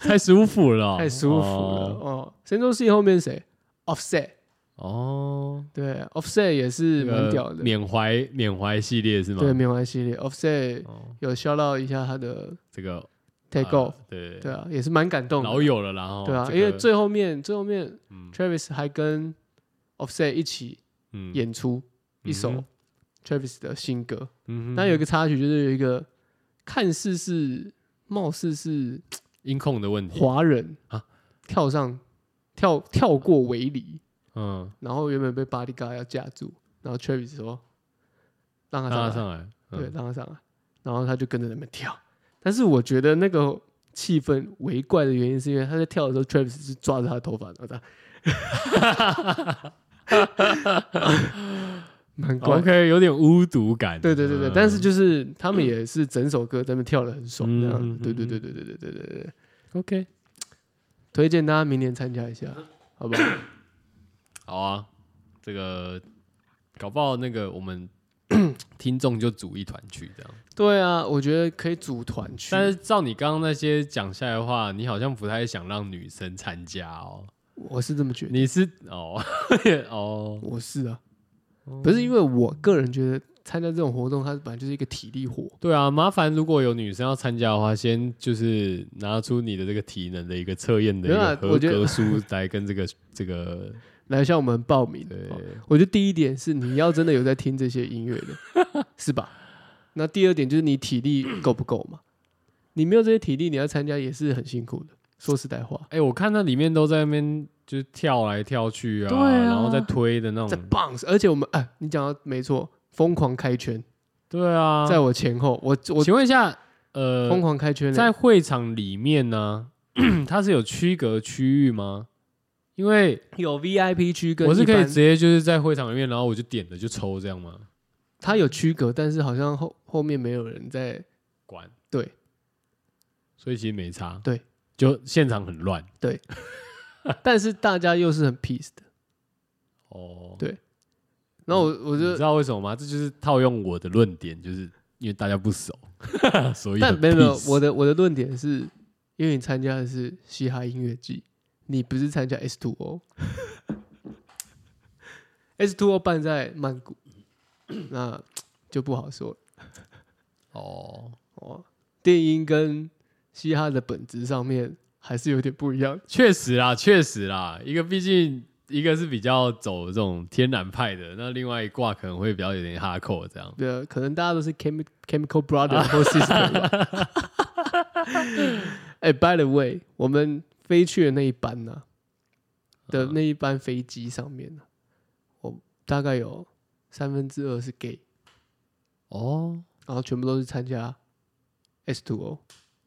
[SPEAKER 1] 太舒服了，
[SPEAKER 2] 太舒服了哦。神州系后面谁？Offset，
[SPEAKER 1] 哦。
[SPEAKER 2] 对，Offset 也是
[SPEAKER 1] 这个
[SPEAKER 2] 蛮屌的，
[SPEAKER 1] 缅怀缅怀系列是吗？
[SPEAKER 2] 对，缅怀系列 Offset
[SPEAKER 1] 哦，
[SPEAKER 2] 有 shout out 一下他的
[SPEAKER 1] 这个
[SPEAKER 2] Take
[SPEAKER 1] 呃
[SPEAKER 2] Off，
[SPEAKER 1] 对
[SPEAKER 2] 对啊，也是蛮感动
[SPEAKER 1] 老
[SPEAKER 2] 的，
[SPEAKER 1] 友了啦，哦
[SPEAKER 2] 对啊，
[SPEAKER 1] 这个
[SPEAKER 2] 因为最后面最后面
[SPEAKER 1] 嗯
[SPEAKER 2] Travis 还跟 Offset 一起
[SPEAKER 1] 嗯
[SPEAKER 2] 演出一
[SPEAKER 1] 嗯
[SPEAKER 2] 首
[SPEAKER 1] 哼
[SPEAKER 2] Travis 的新歌，
[SPEAKER 1] 嗯哼
[SPEAKER 2] 那有一个插曲就是有一个看似是貌似是
[SPEAKER 1] 音控的问题，
[SPEAKER 2] 华人
[SPEAKER 1] 啊
[SPEAKER 2] 跳上跳跳过围篱。
[SPEAKER 1] 嗯，
[SPEAKER 2] 然后原本被巴迪嘎要架住，然后 Travis 说让他
[SPEAKER 1] 让
[SPEAKER 2] 上来，
[SPEAKER 1] 他上来，嗯
[SPEAKER 2] 对，，让他上来，然后他就跟着他们跳。但是我觉得那个气氛为怪的原因，是因为他在跳的时候，Travis 是抓着他的头发，然后这样 蛮怪。
[SPEAKER 1] OK，有点巫毒感，
[SPEAKER 2] 对对对对，
[SPEAKER 1] 嗯
[SPEAKER 2] 但是就是他们也是整首歌在那边跳的很爽，这
[SPEAKER 1] 嗯
[SPEAKER 2] 样。对对对对对对对对对，
[SPEAKER 1] OK，
[SPEAKER 2] 推荐大家明年参加一下，好不好？
[SPEAKER 1] 好啊，这个搞不好那个我们 听众就组一团去这样。
[SPEAKER 2] 对啊，我觉得可以组团去。
[SPEAKER 1] 但是照你刚刚那些讲下来的话，你好像不太想让女生参加哦。
[SPEAKER 2] 我是这么觉得。
[SPEAKER 1] 你是哦 哦，
[SPEAKER 2] 我是啊，不是因为我个人觉得参加这种活动，它本来就是一个体力活。
[SPEAKER 1] 对啊，麻烦如果有女生要参加的话，先就是拿出你的这个体能的一个测验的一
[SPEAKER 2] 没有
[SPEAKER 1] 个
[SPEAKER 2] 啊
[SPEAKER 1] 合
[SPEAKER 2] 我觉得
[SPEAKER 1] 格书来跟这个这个
[SPEAKER 2] 来向我们报名，
[SPEAKER 1] 对
[SPEAKER 2] 哦我觉得第一点是你要真的有在听这些音乐的， 是吧？那第二点就是你体力够不够嘛？你没有这些体力，你要参加也是很辛苦的。说实在话，
[SPEAKER 1] 哎、我看那里面都在那边就是跳来跳去啊，
[SPEAKER 2] 对啊
[SPEAKER 1] 然后再推的那
[SPEAKER 2] 在
[SPEAKER 1] 种，
[SPEAKER 2] bounce，而且我们哎，你讲的没错，疯狂开圈，
[SPEAKER 1] 对啊。
[SPEAKER 2] 在我前后，我我
[SPEAKER 1] 请问一下，呃，
[SPEAKER 2] 疯狂开圈欸，
[SPEAKER 1] 在会场里面呢、 它是有区隔区域吗？因为
[SPEAKER 2] 有 VIP 区跟
[SPEAKER 1] 我是可以
[SPEAKER 2] 一般
[SPEAKER 1] 直接就是在会场里面，然后我就点了就抽这样吗？
[SPEAKER 2] 它有区隔，但是好像 后后面没有人在
[SPEAKER 1] 管
[SPEAKER 2] 对，
[SPEAKER 1] 所以其实没差。
[SPEAKER 2] 对，
[SPEAKER 1] 就现场很乱
[SPEAKER 2] 但是大家又是很 peace 的。
[SPEAKER 1] 哦。
[SPEAKER 2] 对然后我我
[SPEAKER 1] 你
[SPEAKER 2] 就
[SPEAKER 1] 知道为什么吗？这就是套用我的论点，就是因为大家不 熟，所以
[SPEAKER 2] 但
[SPEAKER 1] 很
[SPEAKER 2] 没有没有，
[SPEAKER 1] peace
[SPEAKER 2] 我的我的论点是，因为你参加的是嘻哈音乐季，你不是参加 S Two O。S Two O 办在曼谷， 那就不好说了
[SPEAKER 1] 哦，
[SPEAKER 2] 哦。电音跟嘻哈的本质上面还是有点不一样。
[SPEAKER 1] 确实啦，确实啦，一个毕竟一个是比较走这种天然派的，那另外一挂可能会比较有点哈扣这样。
[SPEAKER 2] 对，可能大家都是 chemi chemical brother 或 sister 吧。哎、b y the way，我们飞去的那一班呢、的那一班飞机上面呢、我大概有三分之二是 gay，
[SPEAKER 1] 哦
[SPEAKER 2] 然后全部都是参加 S two O。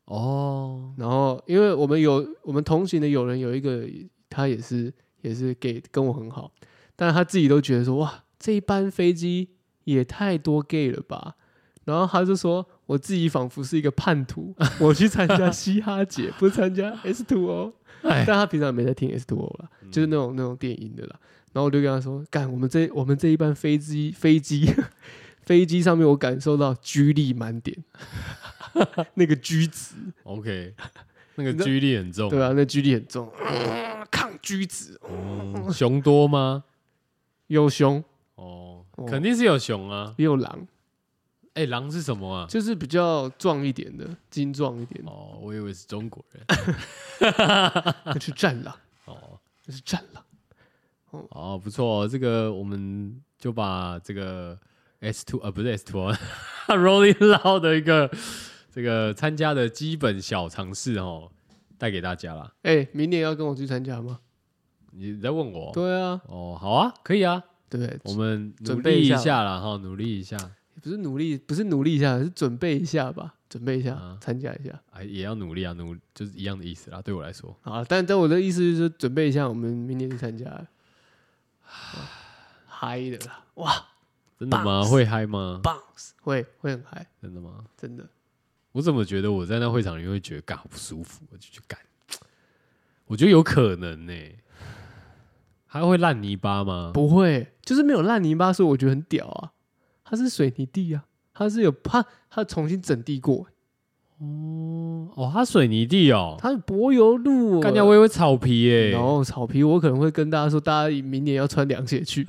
[SPEAKER 1] 哦
[SPEAKER 2] 然后因为我们有我们同行的友人有一个，他也是也是 gay，跟我很好，但他自己都觉得说哇，这一班飞机也太多 gay 了吧。然后他就说，我自己仿佛是一个叛徒， 我去参 加嘻哈节，不参加 S Two O。
[SPEAKER 1] 哎嗯
[SPEAKER 2] 但他平常也没在听 S Two O 了，就是那种那种电音的啦。然后我就跟他说，干，我们这我们这一班飞机飞机 飞机上面，我感受到 G 力满点， 那个 G 值。
[SPEAKER 1] ，OK，那个
[SPEAKER 2] 你知道
[SPEAKER 1] 居力很重，
[SPEAKER 2] 对啊，那居力很重，抗居子
[SPEAKER 1] 嗯熊多吗？
[SPEAKER 2] 有熊
[SPEAKER 1] 哦
[SPEAKER 2] 哦，
[SPEAKER 1] 肯定是有熊啊。
[SPEAKER 2] 也有狼，
[SPEAKER 1] 哎，狼是什么啊？
[SPEAKER 2] 就是比较壮一点的，精壮一点的，
[SPEAKER 1] 哦，我以为是中国人。
[SPEAKER 2] 那是战狼，
[SPEAKER 1] 哦
[SPEAKER 2] 那是战狼。
[SPEAKER 1] 哦，不错哦，这个我们就把这个 S two 啊，不是 S two Rolling Loud 的一个这个参加的基本小常识哦，带给大家啦。
[SPEAKER 2] 哎、明年要跟我去参加吗？
[SPEAKER 1] 你在问我？
[SPEAKER 2] 对啊，
[SPEAKER 1] 哦，好啊，可以啊，
[SPEAKER 2] 对不对？
[SPEAKER 1] 我们努
[SPEAKER 2] 准备
[SPEAKER 1] 力
[SPEAKER 2] 一
[SPEAKER 1] 一
[SPEAKER 2] 下
[SPEAKER 1] 下啦，哈，努力一下，
[SPEAKER 2] 不是努力，不是努力一下，是准备一下吧，准备一下
[SPEAKER 1] 啊，
[SPEAKER 2] 参、加一下。
[SPEAKER 1] 哎，也要努力啊，努就是一样的意思啦。对我来说，
[SPEAKER 2] 好，啊但但我的意思就是说准备一下，我们明年 去参加。哇嗨的啦，哇，
[SPEAKER 1] 真的吗？
[SPEAKER 2] Bounce
[SPEAKER 1] 会嗨吗？
[SPEAKER 2] 会会很嗨，
[SPEAKER 1] 真的吗？
[SPEAKER 2] 真的。
[SPEAKER 1] 我怎么觉得我在那会场里会觉得干好不舒服，我就去干。我觉得有可能呢、还会烂泥巴吗？
[SPEAKER 2] 不会，就是没有烂泥巴，所以我觉得很屌啊。它是水泥地啊，它是有它它重新整地过，
[SPEAKER 1] 哦哦，它水泥地哦，
[SPEAKER 2] 它是柏油路。啊
[SPEAKER 1] 干掉我以为草皮耶、
[SPEAKER 2] 然后草皮，我可能会跟大家说，大家明年要穿凉鞋去。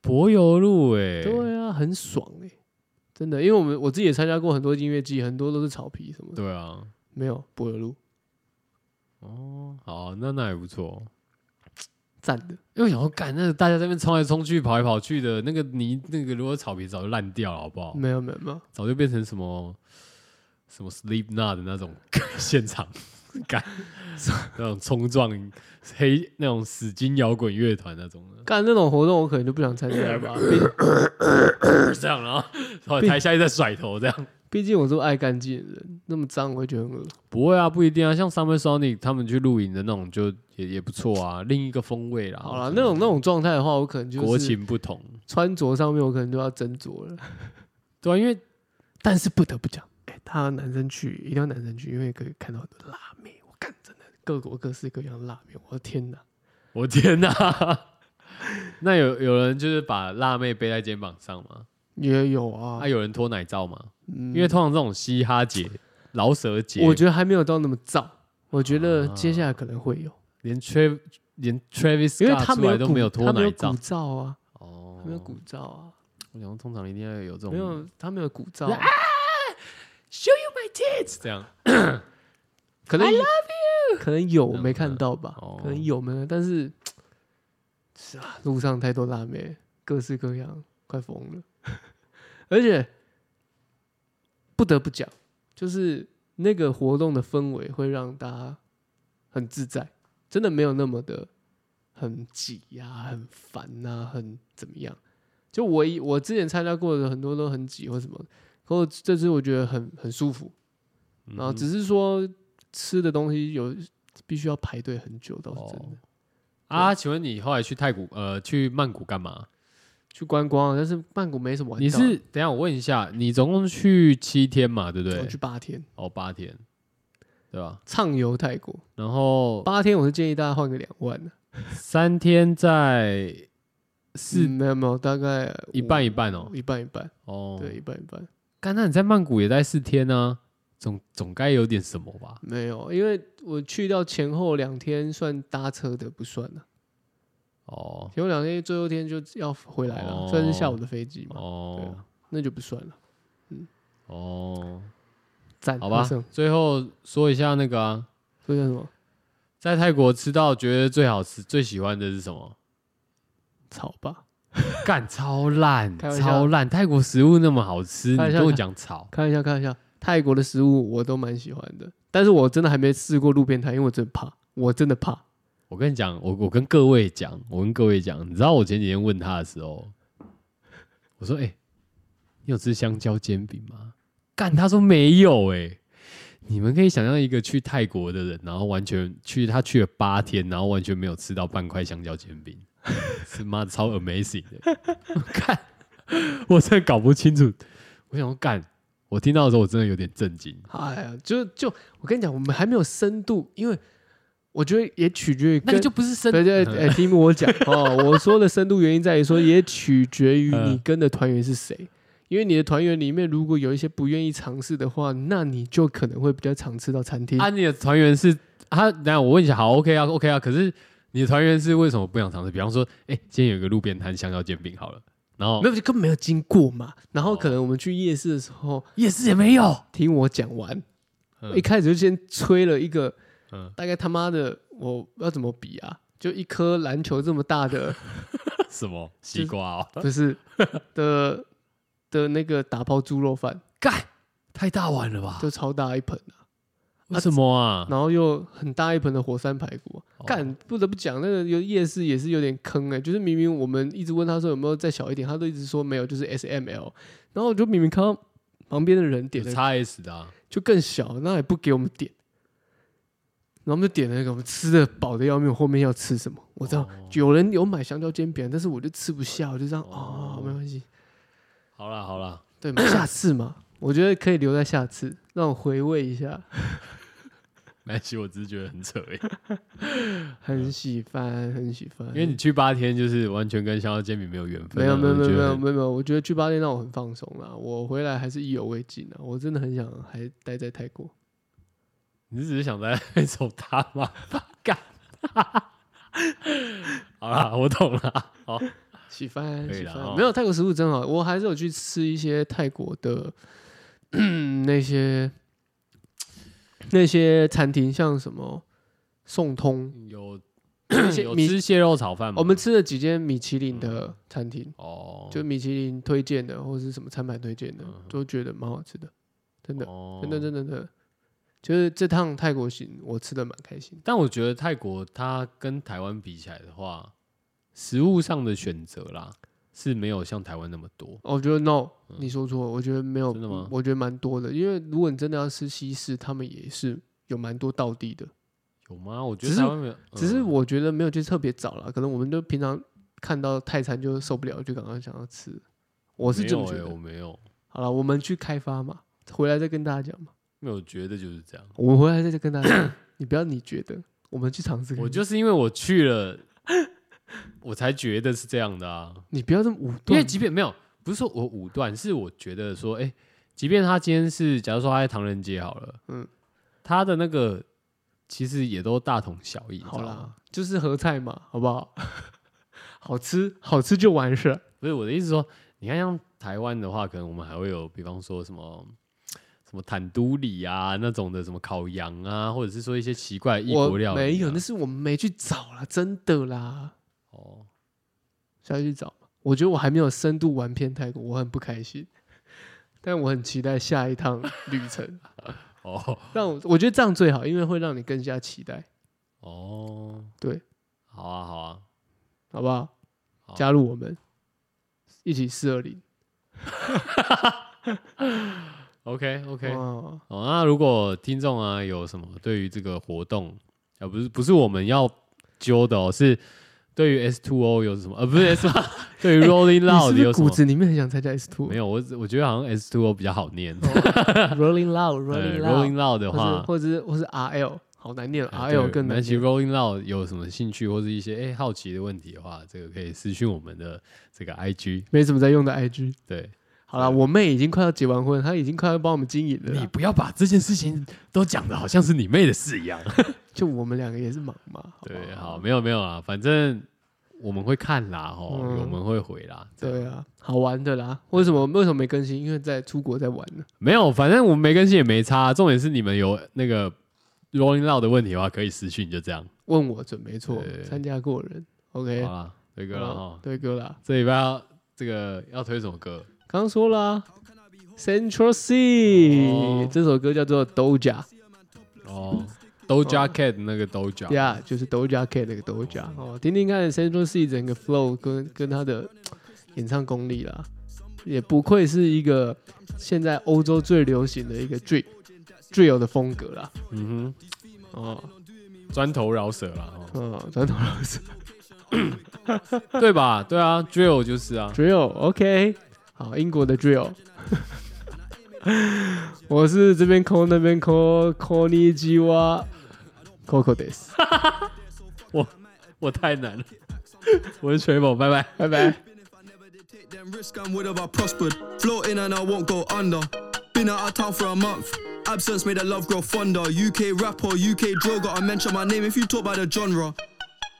[SPEAKER 1] 柏油路哎、
[SPEAKER 2] 对啊，很爽哎、真的，因为我们我自己也参加过很多音乐季，很多都是草皮什么的，
[SPEAKER 1] 对啊，
[SPEAKER 2] 没有柏油路，
[SPEAKER 1] 哦，好，那那也不错。
[SPEAKER 2] 赞的。
[SPEAKER 1] 因为我想要干，那个大家在那边冲来冲去、跑来跑去的，那个泥，那个如果草皮早就烂掉了，好不好？
[SPEAKER 2] 没有没有没有，
[SPEAKER 1] 早就变成什么什么 Sleep Not 的那种 现场感，那种冲撞黑那种死金摇滚乐团那种的，
[SPEAKER 2] 干这种活动我可能就不想参加了 吧，毕
[SPEAKER 1] 这样，然后然后台下一直在甩头这样。
[SPEAKER 2] 毕竟我是爱干净的人，那么脏我会觉得很恶。
[SPEAKER 1] 不会啊，不一定啊，像 Summer Sonic 他们去露营的那种就也也不错啊，另一个风味啦。
[SPEAKER 2] 好了，
[SPEAKER 1] 我觉得
[SPEAKER 2] 那种那种状态的话，我可能就
[SPEAKER 1] 国
[SPEAKER 2] 是
[SPEAKER 1] 情不同，
[SPEAKER 2] 穿着上面我可能就要斟酌了。
[SPEAKER 1] 对啊，因为
[SPEAKER 2] 但是不得不讲，哎、他男生去一定要男生去，因为可以看到很多辣妹，我干真的各国各式各样的辣妹，我的天哪！
[SPEAKER 1] 我天哪、 那有有人就是把辣妹背在肩膀上吗？
[SPEAKER 2] 也有啊，
[SPEAKER 1] 啊，有人脱奶罩吗？
[SPEAKER 2] 嗯
[SPEAKER 1] 因为通常这种嘻哈节、饶舌节，
[SPEAKER 2] 我觉得还没有到那么燥，我觉得接下来可能会有，
[SPEAKER 1] 连 Trav 连 Travis
[SPEAKER 2] 因为
[SPEAKER 1] Scott
[SPEAKER 2] 他
[SPEAKER 1] 出
[SPEAKER 2] 没
[SPEAKER 1] 来
[SPEAKER 2] 有
[SPEAKER 1] 都
[SPEAKER 2] 鼓
[SPEAKER 1] 没有脱
[SPEAKER 2] 他没有
[SPEAKER 1] 奶
[SPEAKER 2] 鼓
[SPEAKER 1] 罩
[SPEAKER 2] 噪啊，
[SPEAKER 1] 哦
[SPEAKER 2] 他没有鼓噪啊，
[SPEAKER 1] 我想说通常一定要有这种
[SPEAKER 2] 没有他没有鼓噪哦啊、
[SPEAKER 1] 这样
[SPEAKER 2] 可能 I love you，可能有
[SPEAKER 1] 嗯
[SPEAKER 2] 没看到吧，
[SPEAKER 1] 哦
[SPEAKER 2] 可能有没看到，但是是啊，路上太多辣妹，各式各样，快疯了。 而且不得不讲，就是那个活动的氛围会让大家很自在，真的没有那么的很挤呀、很烦呐、很怎么样。就我以我之前参加过的很多都很挤或什么，可我这次我觉得很很舒服，
[SPEAKER 1] 嗯
[SPEAKER 2] 然后只是说吃的东西有必须要排队很久，倒是真的。
[SPEAKER 1] 哦啊？请问你后来去泰国呃去曼谷干嘛？
[SPEAKER 2] 去观光，啊但是曼谷没什么玩到。啊
[SPEAKER 1] 你是等一下我问一下，你总共去七天嘛，对不
[SPEAKER 2] 我
[SPEAKER 1] 对
[SPEAKER 2] 去？八天，
[SPEAKER 1] 哦，八天。对吧？
[SPEAKER 2] 畅游泰国
[SPEAKER 1] 然后
[SPEAKER 2] 八天，我是建议大家换个两万啊的，
[SPEAKER 1] 三天在
[SPEAKER 2] 嗯
[SPEAKER 1] 四
[SPEAKER 2] 没有没有，大概
[SPEAKER 1] 一半一半哦
[SPEAKER 2] 五，一半一半，
[SPEAKER 1] 哦，
[SPEAKER 2] 嗯对，一半一半，
[SPEAKER 1] 干，那你在曼谷也待四天呢、总总该有点什么吧？
[SPEAKER 2] 没有，因为我去掉前后两天算搭车的不算了，
[SPEAKER 1] 哦
[SPEAKER 2] 前后两天最后一天就要回来了，
[SPEAKER 1] 哦
[SPEAKER 2] 算是下午的飞机嘛，对
[SPEAKER 1] 哦
[SPEAKER 2] 啊那就不算了，
[SPEAKER 1] 哦，
[SPEAKER 2] 赞，
[SPEAKER 1] 好吧
[SPEAKER 2] 获胜，
[SPEAKER 1] 最后说一下那个啊，
[SPEAKER 2] 这叫什么？
[SPEAKER 1] 在泰国吃到觉得最好吃、最喜欢的是什么？
[SPEAKER 2] 草吧，
[SPEAKER 1] 干超烂，
[SPEAKER 2] 开玩笑
[SPEAKER 1] 超烂！泰国食物那么好吃，你
[SPEAKER 2] 开玩笑
[SPEAKER 1] 跟我讲草，
[SPEAKER 2] 看一下看一下，泰国的食物我都蛮喜欢的，但是我真的还没试过路边摊，因为我真的怕，我真的怕，
[SPEAKER 1] 我跟你讲，我我跟各位讲，我跟各位讲，你知道我前几天问他的时候，我说：“哎、你有吃香蕉煎饼吗？”干，他说没有、哎，你们可以想象一个去泰国的人，然后完全去他去了八天，然后完全没有吃到半块香蕉煎饼，是妈的超 amazing 的。 看，我真的搞不清楚。我想说干，我听到的时候我真的有点震惊。
[SPEAKER 2] 哎呀，就就我跟你讲，我们还没有深度，因为我觉得也取决于
[SPEAKER 1] 那个
[SPEAKER 2] 跟
[SPEAKER 1] 就不是生
[SPEAKER 2] 对对， 哎、听我讲哦，我说的深度原因在于说，也取决于
[SPEAKER 1] 嗯
[SPEAKER 2] 你跟的团员是谁。因为你的团员里面如果有一些不愿意尝试的话，那你就可能会比较常吃到餐厅。
[SPEAKER 1] 啊，你的团员是他？那我问一下，好，OK 啊，OK 啊。可是你的团员是为什么不想尝试？比方说，哎、今天有一个路边摊香蕉煎饼好了，然后
[SPEAKER 2] 没有，就根本没有经过嘛。然后可能我们去夜市的时候，
[SPEAKER 1] 夜市也没有，
[SPEAKER 2] 听我讲完，
[SPEAKER 1] 嗯
[SPEAKER 2] 一开始就先吹了一个
[SPEAKER 1] 嗯，
[SPEAKER 2] 大概他妈的，我要怎么比啊？就一颗篮球这么 大的，
[SPEAKER 1] 什 么西瓜哦，
[SPEAKER 2] 不是的的那个打包猪肉饭，
[SPEAKER 1] 干太大碗了吧？
[SPEAKER 2] 就超大一盆。啊
[SPEAKER 1] 为什么啊？
[SPEAKER 2] 然后又很大一盆的火山排骨啊
[SPEAKER 1] 哦，
[SPEAKER 2] 干、不得不讲，那个有夜市也是有点坑哎、就是明明我们一直问他说有没有再小一点，他都一直说没有，就是 S M L，然后我就明明看到旁边的人点
[SPEAKER 1] 有
[SPEAKER 2] 的
[SPEAKER 1] x S 的、啊，
[SPEAKER 2] 就更小，那也不给我们点，然后我们就点了那个，我们吃的饱的要命，我后面要吃什么？我知道、
[SPEAKER 1] 哦
[SPEAKER 2] 有人有买香蕉煎饼，但是我就吃不下，我就这样哦
[SPEAKER 1] 哦
[SPEAKER 2] 没关系，
[SPEAKER 1] 好啦好啦，
[SPEAKER 2] 对嘛，下次 嘛，我觉得可以留在下次，让我回味一下，
[SPEAKER 1] 嗯没关系，我只是觉得很扯而已。
[SPEAKER 2] 很喜欢，很喜欢，
[SPEAKER 1] 因为你去八天就是完全跟香蕉煎饼没有缘分啊、
[SPEAKER 2] 没有没有
[SPEAKER 1] 我
[SPEAKER 2] 没有
[SPEAKER 1] 觉
[SPEAKER 2] 没
[SPEAKER 1] 得
[SPEAKER 2] 有
[SPEAKER 1] 很
[SPEAKER 2] 没有没有，我觉得去八天让我很放松啦，我回来还是意犹未尽啊，我真的很想还待在泰国。
[SPEAKER 1] 你只是想在那种他吗？干， 好啦，我懂了，好。
[SPEAKER 2] 喜欢
[SPEAKER 1] 可以
[SPEAKER 2] 喜
[SPEAKER 1] 啦
[SPEAKER 2] 欢，
[SPEAKER 1] 哦
[SPEAKER 2] 没有泰国食物真好，我还是有去吃一些泰国的 那些那些餐厅，像什么宋通，
[SPEAKER 1] 有
[SPEAKER 2] 蟹
[SPEAKER 1] 有
[SPEAKER 2] 嗯米
[SPEAKER 1] 吃蟹肉炒饭吗？
[SPEAKER 2] 我们吃了几间米其林的餐厅，
[SPEAKER 1] 嗯哦，
[SPEAKER 2] 就米其林推荐的或者是什么餐盘推荐的
[SPEAKER 1] 嗯，
[SPEAKER 2] 都觉得蛮好吃的，真的
[SPEAKER 1] 哦
[SPEAKER 2] 真的真的真的，就是这趟泰国行我吃的蛮开心的。
[SPEAKER 1] 但我觉得泰国它跟台湾比起来的话，食物上的选择啦是没有像台湾那么多。
[SPEAKER 2] 哦我觉得 no，
[SPEAKER 1] 嗯
[SPEAKER 2] 你说错了，我觉得没有，
[SPEAKER 1] 真的吗
[SPEAKER 2] 我觉得蛮多的，因为如果你真的要吃西式，他们也是有蛮多道地的，
[SPEAKER 1] 有吗？我觉
[SPEAKER 2] 只
[SPEAKER 1] 得
[SPEAKER 2] 是
[SPEAKER 1] 台湾没有，
[SPEAKER 2] 只是
[SPEAKER 1] 嗯
[SPEAKER 2] 我觉得没有去特别找啦，可能我们就平常看到泰餐就受不了，就刚刚想要吃，我是
[SPEAKER 1] 没
[SPEAKER 2] 这么
[SPEAKER 1] 有
[SPEAKER 2] 觉
[SPEAKER 1] 欸我
[SPEAKER 2] 得。
[SPEAKER 1] 没有，
[SPEAKER 2] 好了，我们去开发嘛，回来再跟大家讲嘛，
[SPEAKER 1] 没有觉得就是这样。
[SPEAKER 2] 我们回来再跟大 家讲，你不要你觉得，我们去尝试看看。
[SPEAKER 1] 我就是因为我去了， 我才觉得是这样的啊。
[SPEAKER 2] 你不要这么武
[SPEAKER 1] 因为
[SPEAKER 2] 断，
[SPEAKER 1] 即便没有，不是说我武断，是我觉得说，哎、即便他今天是，假如说他在唐人街好了，嗯
[SPEAKER 2] 嗯，
[SPEAKER 1] 他的那个其实也都大同小异，你知
[SPEAKER 2] 好
[SPEAKER 1] 道吗
[SPEAKER 2] 啦，就是合菜嘛，好不好？ 好吃好吃就完事儿，
[SPEAKER 1] 不是我的意思说，你看像台湾的话，可能我们还会有，比方说什么什么坦都里啊那种的，什么烤羊啊，或者是说一些奇怪的异
[SPEAKER 2] 我
[SPEAKER 1] 国料理、啊。
[SPEAKER 2] 没有，那是我们没去找啦，真的啦，
[SPEAKER 1] 哦，
[SPEAKER 2] 下次去找嘛。我觉得我还没有深度玩遍泰国，我很不开心，但我很期待下一趟旅程。
[SPEAKER 1] 哦
[SPEAKER 2] 让我我觉得这样最好，因为会让你更加期待，
[SPEAKER 1] 哦，
[SPEAKER 2] 对，
[SPEAKER 1] 好啊好啊，
[SPEAKER 2] 好不好？
[SPEAKER 1] 好
[SPEAKER 2] 加入我们，一起四二零。
[SPEAKER 1] OK OK。
[SPEAKER 2] 哦，
[SPEAKER 1] 哦，那如果听众呃啊有什么对于这个活动，啊不是不是我们要揪的哦，是对于 S Two O 有什么？呃，不是 S，对于 Rolling
[SPEAKER 2] 哎你
[SPEAKER 1] Loud
[SPEAKER 2] 是不
[SPEAKER 1] 有
[SPEAKER 2] 是
[SPEAKER 1] 什
[SPEAKER 2] 骨
[SPEAKER 1] 么？
[SPEAKER 2] 子里面很想参加 S Two
[SPEAKER 1] 没有，我只我觉得好像 S Two O 比较好念。
[SPEAKER 2] Rolling Loud
[SPEAKER 1] 呃
[SPEAKER 2] 哦 Rolling
[SPEAKER 1] ，Rolling
[SPEAKER 2] Loud
[SPEAKER 1] Loud 的话，
[SPEAKER 2] 或者是或者是 RL 好难念
[SPEAKER 1] 哎对
[SPEAKER 2] ，RL 更
[SPEAKER 1] 那
[SPEAKER 2] 难
[SPEAKER 1] 其实
[SPEAKER 2] 念。
[SPEAKER 1] Rolling Loud 有什么兴趣或者一些哎、好奇的问题的话，这个可以私讯我们的这个 IG。
[SPEAKER 2] 没什么在用的 IG。
[SPEAKER 1] 对
[SPEAKER 2] 好啦，
[SPEAKER 1] 对
[SPEAKER 2] 我妹已经快要结完婚，她已经快要帮我们经营了
[SPEAKER 1] 你
[SPEAKER 2] 啦。
[SPEAKER 1] 不要把这件事情都讲的好像是你妹的事一样。
[SPEAKER 2] 就我们两个也是忙嘛。不
[SPEAKER 1] 对，好，，没有没有啊，反正我们会看啦，哦，
[SPEAKER 2] 嗯
[SPEAKER 1] 我们会回啦。这样
[SPEAKER 2] 对啊，好玩的啦。为什么为什么没更新？因为在出国在玩呢。
[SPEAKER 1] 没有，反正我们没更新也没差。重点是你们有那个 Rolling Loud 的问题的话，可以私讯，就这样。
[SPEAKER 2] 问我准没错
[SPEAKER 1] 对，
[SPEAKER 2] 参加过人。OK，
[SPEAKER 1] 好啦，对哥了哈。
[SPEAKER 2] 对哥啦，
[SPEAKER 1] 这礼拜要这个要推什么歌？
[SPEAKER 2] 刚刚说啦。Central C、
[SPEAKER 1] 哦
[SPEAKER 2] 这首歌叫做 Doja，
[SPEAKER 1] 哦，Doja Cat 那个 Doja，
[SPEAKER 2] 呀、就是 Doja Cat 那个 Doja 哦，听听看 Central C 整个 flow 跟跟他的演唱功力啦，也不愧是一个现在欧洲最流行的一个 drill drill 的风格啦，
[SPEAKER 1] 嗯
[SPEAKER 2] 哦，
[SPEAKER 1] 哼，砖头饶舌啦，哦
[SPEAKER 2] 嗯，传统老师
[SPEAKER 1] 对吧？对啊，Drill 就是啊，
[SPEAKER 2] drill OK，好，英国的 drill，我是这边 call 那边 call call 你鸡哇 Coco d e s
[SPEAKER 1] 我太难了，我是锤某，拜拜。
[SPEAKER 2] 拜拜。
[SPEAKER 3] I never did take them risks and would have I prospered. Floating and I won't go under. Been out of town for a month. Absence made the love grow fonder. UK rapper, UK droga. I mention my name if you talk by the genre.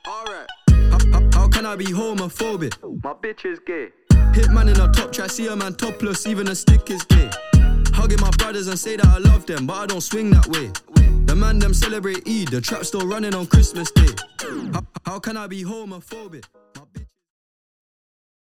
[SPEAKER 3] Alright. How, how- how can I be homophobic?
[SPEAKER 4] My bitch is gay.
[SPEAKER 3] Hitman in a top try, see a man topless, even a stick is gay. Hugging my brothers and say that I love them, but I don't swing that way. The man them celebrate Eid, the trap still running on Christmas Day. How, how can I be homophobic?